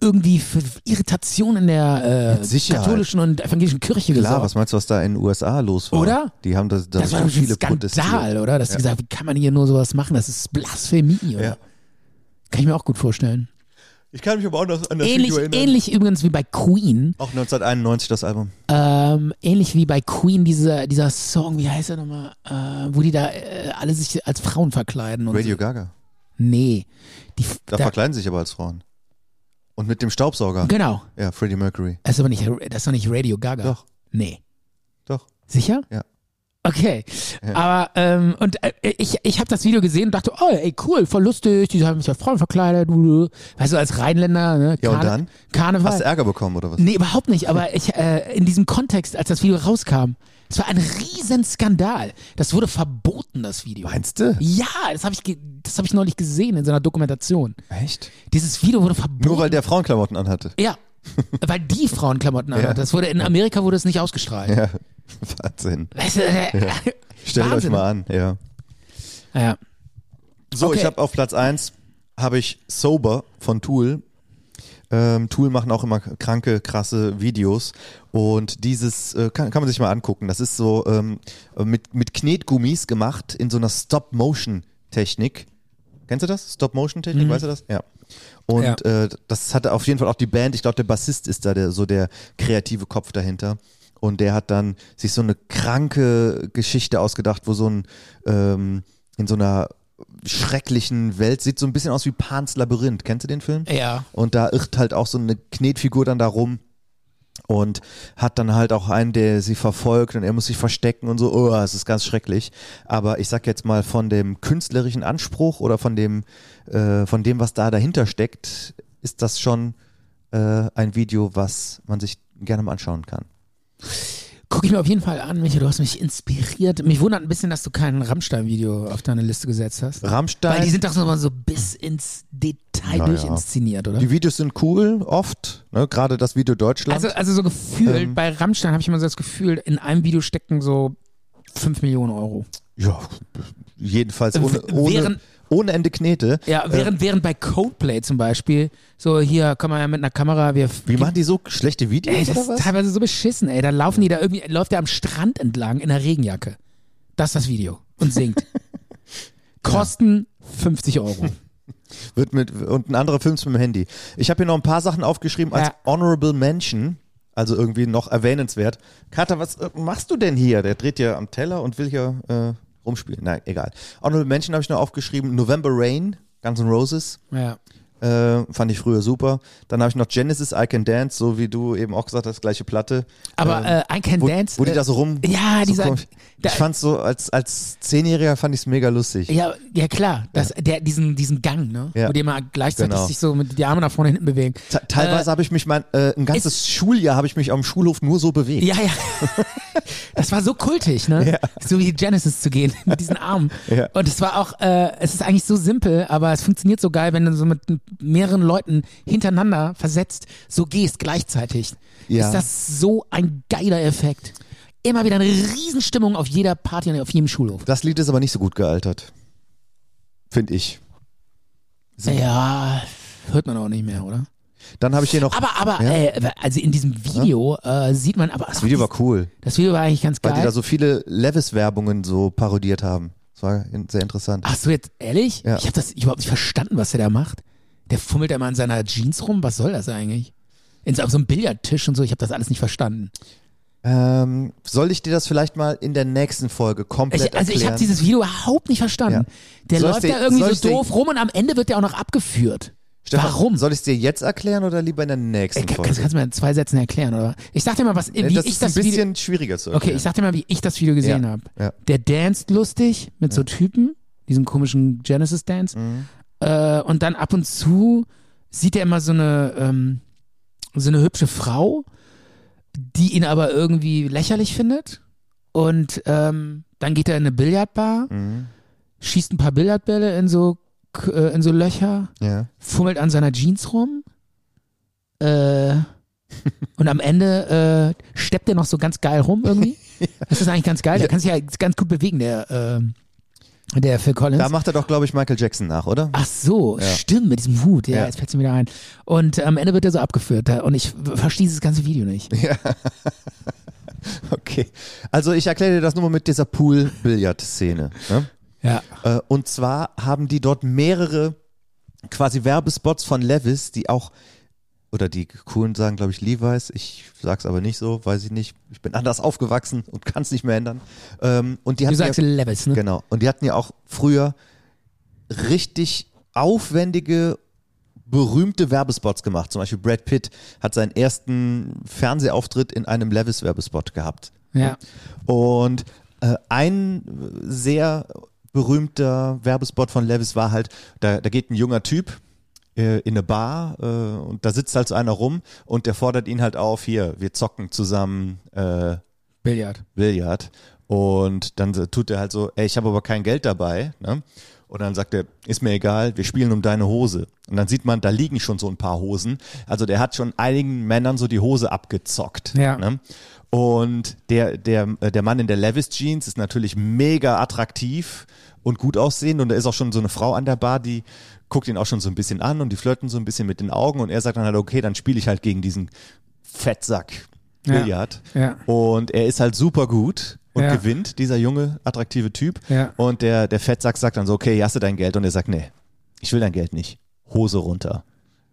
irgendwie für Irritation in der äh, Hm? Sicherheit. katholischen und evangelischen Kirche Klar, gesorgt? was meinst du, was da in den USA los war? Oder? Die haben das, da das war doch viele ein Skandal, protestiert. oder? Dass die gesagt, wie kann man hier nur sowas machen? Das ist Blasphemie, oder? Ja. Kann ich mir auch gut vorstellen. Ich kann mich aber auch noch an das Ähnlich, Video erinnern. ähnlich übrigens wie bei Queen. Auch 1991 das Album. Ähm, ähnlich wie bei Queen, dieser, dieser Song, wie heißt er nochmal? Äh, wo die da äh, alle sich als Frauen verkleiden. Und Radio So. Gaga. Nee. Die, f- Da, verkleiden sich aber als Frauen. Und mit dem Staubsauger. Genau. Ja, Freddie Mercury. Das ist aber nicht, das ist doch nicht Radio Gaga. Doch. Nee. Doch. Sicher? Ja. Okay, aber ähm, und äh, ich, ich habe das Video gesehen und dachte, oh ey cool, voll lustig, die haben mich als Frauen verkleidet, du, du. weißt du, als Rheinländer, ne? Ja, und Karne- dann? Karneval. Hast du Ärger bekommen oder was? Nee, überhaupt nicht. Aber ich, äh, in diesem Kontext, als das Video rauskam, es war ein Riesenskandal. Das wurde verboten, das Video. Meinst du? Ja, das habe ich, ge- das hab ich neulich gesehen in so einer Dokumentation. Echt? Dieses Video wurde verboten. Nur weil der Frauenklamotten anhatte. Ja, weil die Frauenklamotten anhatte. Das wurde, in Amerika wurde es nicht ausgestrahlt. Ja. Wahnsinn. Weißt du, äh, Stellt euch Wahnsinn. mal an, ja. Ja. So, Okay. ich habe auf Platz 1 habe ich Sober von Tool. Ähm, Tool machen auch immer kranke, krasse Videos. Und dieses äh, kann, kann man sich mal angucken. Das ist so ähm, mit, mit Knetgummis gemacht in so einer Stop-Motion-Technik. Kennst du das? Stop-Motion-Technik, weißt du das? Ja. Und Mhm. Ja. Äh, das hatte auf jeden Fall auch die Band. Ich glaube, der Bassist ist da der, so der kreative Kopf dahinter. Und der hat dann sich so eine kranke Geschichte ausgedacht, wo so ein ähm, in so einer schrecklichen Welt sieht so ein bisschen aus wie Pans Labyrinth. Kennst du den Film? Ja. Und da irrt halt auch so eine Knetfigur dann da rum und hat dann halt auch einen, der sie verfolgt und er muss sich verstecken und so, oh, es ist ganz schrecklich. Aber ich sag jetzt mal von dem künstlerischen Anspruch oder von dem, äh, von dem, was da dahinter steckt, ist das schon äh, ein Video, was man sich gerne mal anschauen kann. Guck ich mir auf jeden Fall an, Michael, du hast mich inspiriert. Mich wundert ein bisschen, dass du kein Rammstein-Video auf deine Liste gesetzt hast. Weil die Rammstein, sind doch nochmal so bis ins Detail Naja. durchinszeniert, oder? die Videos sind cool, oft, ne? gerade das Video Deutschland. Also, also so gefühlt, Ähm. bei Rammstein habe ich immer so das Gefühl, in einem Video stecken so 5 Millionen Euro. Ja, jedenfalls ohne, Äh, W- ohne, während- ohne Ende Knete. Ja, während, während bei Coldplay zum Beispiel, so hier kann man ja mit einer Kamera, wir. Wie machen die so schlechte Videos Ey, das oder ist was? teilweise so beschissen, ey. Da laufen die da irgendwie, läuft der am Strand entlang in der Regenjacke. Das ist das Video. Und singt. Kosten 50 Euro. Wird mit, und ein anderer Film mit dem Handy. Ich habe hier noch ein paar Sachen aufgeschrieben als Ja. Honorable Mention, also irgendwie noch erwähnenswert. Kater, was äh, machst du denn hier? Der dreht ja am Teller und will hier äh, rumspielen. Nein, egal. Honorable Mention habe ich noch aufgeschrieben. November Rain, Guns N' Roses. Ja. Äh, fand ich früher super. Dann habe ich noch Genesis, I Can Dance, so wie du eben auch gesagt hast, gleiche Platte. Aber äh, I Can Ähm, wo, Dance. wo die äh, da so rum. Ja, so dieser- komisch. da- ich fand's so, als, als Zehnjähriger fand ich's mega lustig. Ja, ja klar, das, Der, diesen, diesen Gang, ne? Ja. Wo die immer gleichzeitig Genau. sich so mit die Arme nach vorne und hinten bewegen. Te- Teilweise habe ich mich mein, äh, ein ganzes Schuljahr habe ich mich am Schulhof nur so bewegt. Ja, ja. Das war so kultig, ne? So wie Genesis zu gehen, mit diesen Armen. Ja. Und es war auch, äh, es ist eigentlich so simpel, aber es funktioniert so geil, wenn du so mit mehreren Leuten hintereinander versetzt so gehst gleichzeitig. Ja. Ist das so ein geiler Effekt. Immer wieder eine Riesenstimmung auf jeder Party und auf jedem Schulhof. Das Lied ist aber nicht so gut gealtert. Finde ich. Ja, hört man auch nicht mehr, oder? Dann habe ich hier noch. Aber, aber, Ja? äh, also in diesem Video äh, sieht man aber. das Video war cool, Das Video war eigentlich ganz weil die da geil. so viele Levis-Werbungen so parodiert haben. Das war in- sehr interessant. Ach so, jetzt ehrlich? Ja. Ich habe das überhaupt nicht verstanden, was der da macht. Der fummelt da mal in seiner Jeans rum. Was soll das eigentlich? In so, auf so einem Billardtisch und so. Ich habe das alles nicht verstanden. Ähm, soll ich dir das vielleicht mal in der nächsten Folge komplett Ich, also ich erklären? habe dieses Video überhaupt nicht verstanden. Der Soll ich läuft dir- da irgendwie soll so ich dir- doof rum und am Ende wird der auch noch abgeführt. Stefan, Warum? Soll ich es dir jetzt erklären oder lieber in der nächsten Ey, kann, Folge? kannst, kannst du mir in zwei Sätzen erklären, oder? Ich sag dir mal, was, wie Äh, das ich ist das ein Video... bisschen schwieriger zu Okay, erklären. ich sag dir mal, wie ich das Video gesehen Ja, habe. ja. Der danced lustig mit so Typen, diesem komischen Genesis-Dance. Mhm. Äh, und dann ab und zu sieht er immer so eine, ähm, so eine hübsche Frau, die ihn aber irgendwie lächerlich findet. Und ähm, dann geht er in eine Billardbar, Mhm. schießt ein paar Billardbälle in so, K- äh, in so Löcher, ja. fummelt an seiner Jeans rum. Äh, und am Ende äh, steppt er noch so ganz geil rum irgendwie. Das ist eigentlich ganz geil. Der kann sich ja ganz gut bewegen, der, äh, der Phil Collins. Da macht er doch, glaube ich, Michael Jackson nach, oder? Ach so, stimmt, mit diesem Hut. Ja, Ja. jetzt fällt mir wieder ein. Und am Ende wird er so abgeführt. da- Und ich w- verstehe dieses ganze Video nicht. Okay. Also ich erkläre dir das nur mal mit dieser Pool-Billard-Szene. Ne? Ja. Äh, und zwar haben die dort mehrere quasi Werbespots von Levis, die auch, oder die coolen sagen, glaube ich, Levi's, ich sag's aber nicht so, weiß ich nicht. Ich bin anders aufgewachsen und kann es nicht mehr ändern. Ähm, und die Du hatten sagst ja, Levels, ne? Genau. Und die hatten ja auch früher richtig aufwendige, berühmte Werbespots gemacht. Zum Beispiel Brad Pitt hat seinen ersten Fernsehauftritt in einem Levis-Werbespot gehabt. Ja. Und äh, ein sehr berühmter Werbespot von Levis war halt, da, da geht ein junger Typ äh, in eine Bar äh, und da sitzt halt so einer rum und der fordert ihn halt auf, hier, wir zocken zusammen äh, Billard. Billard. Und dann so- tut er halt so, ey, ich habe aber kein Geld dabei. Ne? Und dann sagt er, ist mir egal, wir spielen um deine Hose. Und dann sieht man, da liegen schon so ein paar Hosen. Also der hat schon einigen Männern so die Hose abgezockt. Ja. Ne? Und der, der, äh, der Mann in der Levis Jeans ist natürlich mega attraktiv und gut aussehend. Und da ist auch schon so eine Frau an der Bar, die guckt ihn auch schon so ein bisschen an und die flirten so ein bisschen mit den Augen. Und er sagt dann halt, okay, dann spiele ich halt gegen diesen Fettsack Ja. Billard. Ja. Und er ist halt super gut und Ja. gewinnt, dieser junge, attraktive Typ. Ja. Und der, der Fettsack sagt dann so, okay, hier hast du dein Geld? Und er sagt, nee, ich will dein Geld nicht. Hose runter.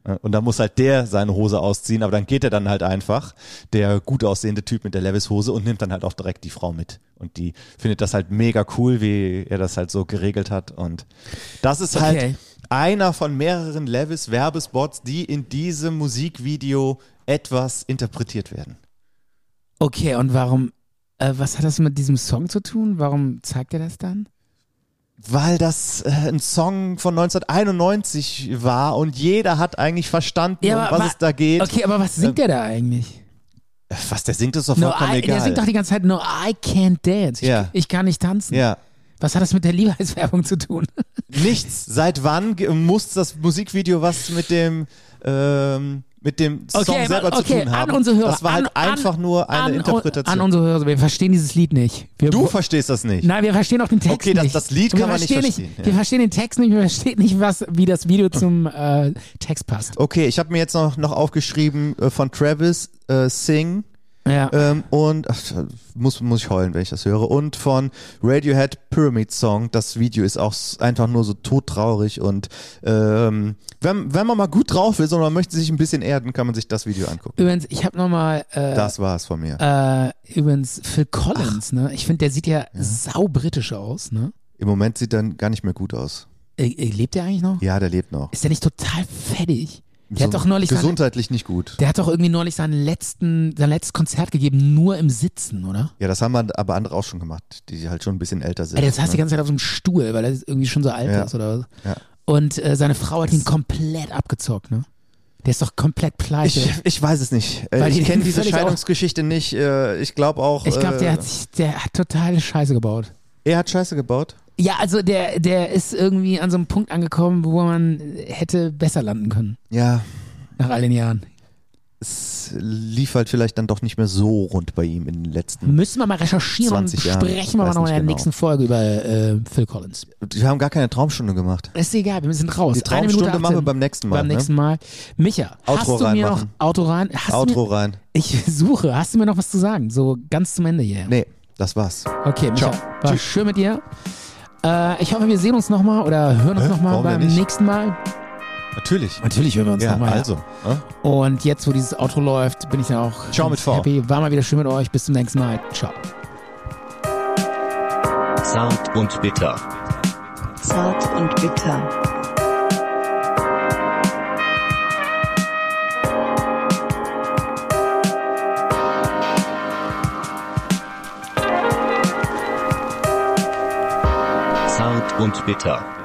Ja, Und dann muss halt der seine Hose ausziehen, aber dann geht er dann halt einfach, der gut aussehende Typ mit der Levis-Hose und nimmt dann halt auch direkt die Frau mit. Und die findet das halt mega cool, wie er das halt so geregelt hat. Und das ist Okay. halt einer von mehreren Levis-Werbespots, die in diesem Musikvideo etwas interpretiert werden. Okay, und warum, äh, was hat das mit diesem Song zu tun? Warum zeigt er das dann? Weil das äh, ein Song von 1991 war und jeder hat eigentlich verstanden, um was wa- es da geht. Ähm, Äh, Okay, aber was singt er da eigentlich? Was der singt, ist doch No, vollkommen I, egal. der singt doch die ganze Zeit, no, I can't dance. Ich, Ja. ich kann nicht tanzen. ja. Was hat das mit der Levi's-Werbung zu tun? Nichts. Seit wann ge- muss das Musikvideo was mit dem ähm, mit dem Song Okay, selber okay, zu tun haben? an unsere Hörer. das war halt an, an, einfach nur eine an, Interpretation. An unsere Hörer, wir verstehen dieses Lied nicht. Wir du verstehst das nicht. Nein, wir verstehen auch den Text Okay, das- nicht. das Lied Und wir kann man nicht Nicht, verstehen, ja. Wir verstehen den Text nicht, wir verstehen nicht, was, wie das Video zum äh, Text passt. Okay, ich habe mir jetzt noch, noch aufgeschrieben äh, von Travis äh, Sing Ja. ähm, und ach, muss, muss ich heulen, wenn ich das höre. Und von Radiohead Pyramid Song. Das Video ist auch s- einfach nur so todtraurig und ähm, wenn, wenn man mal gut drauf ist und man möchte sich ein bisschen erden, kann man sich das Video angucken. Übrigens, ich habe nochmal äh, Das war's von mir. Äh, übrigens, Phil Collins, ne? Ich finde, der sieht ja, saubritisch aus, ne? Im Moment sieht dann gar nicht mehr gut aus. Äh, äh, lebt der eigentlich noch? Ja, der lebt noch. Ist der nicht total fettig? Der hat So doch neulich seine, gesundheitlich nicht gut. der hat doch irgendwie neulich seinen letzten, sein letztes Konzert gegeben, nur im Sitzen, oder? Ja, das haben wir aber andere auch schon gemacht, die halt schon ein bisschen älter sind. ne? Alter, das heißt die ganze Zeit auf so einem Stuhl, weil er irgendwie schon so alt Ja. ist oder was. Ja. Und äh, seine Frau hat ihn komplett abgezockt, ne? Der ist doch komplett pleite. ich, ich weiß es nicht. Äh, Weil die Ich kenne diese völlig auch- Scheidungsgeschichte nicht. Äh, Ich glaube auch. Ich glaube, äh, der hat sich, der hat totale Scheiße gebaut. er hat Scheiße gebaut. Ja, also der, der ist irgendwie an so einem Punkt angekommen, wo man hätte besser landen können. Ja, Nach all den Jahren. es lief halt vielleicht dann doch nicht mehr so rund bei ihm in den letzten. Müssen wir mal recherchieren und 20 Jahre, sprechen wir mal weiß noch in nicht der genau. nächsten Folge über äh, Phil Collins. Wir haben gar keine Traumstunde gemacht. Ist egal, wir sind raus. Die Eine Minute Traumstunde machen wir 18. beim nächsten Mal, Beim ne? nächsten Mal. Micha, Outro hast du mir noch reinmachen. Auto rein? Hast Outro du mir, rein. Ich suche. Hast du mir noch was zu sagen? So ganz zum Ende hier. Nee, das war's. Okay, Micha, Ciao. war Tschüss. schön mit dir. Äh, ich hoffe, wir sehen uns nochmal oder hören uns Hä? nochmal Warum denn beim nicht? nächsten Mal. Natürlich. Natürlich hören wir uns Ja, nochmal. also. äh? Und jetzt, wo dieses Outro läuft, bin ich dann auch Ciao ganz mit V. happy. War mal wieder schön mit euch. Bis zum nächsten Mal. Ciao. Zart und bitter. Zart und bitter. Zart und bitter.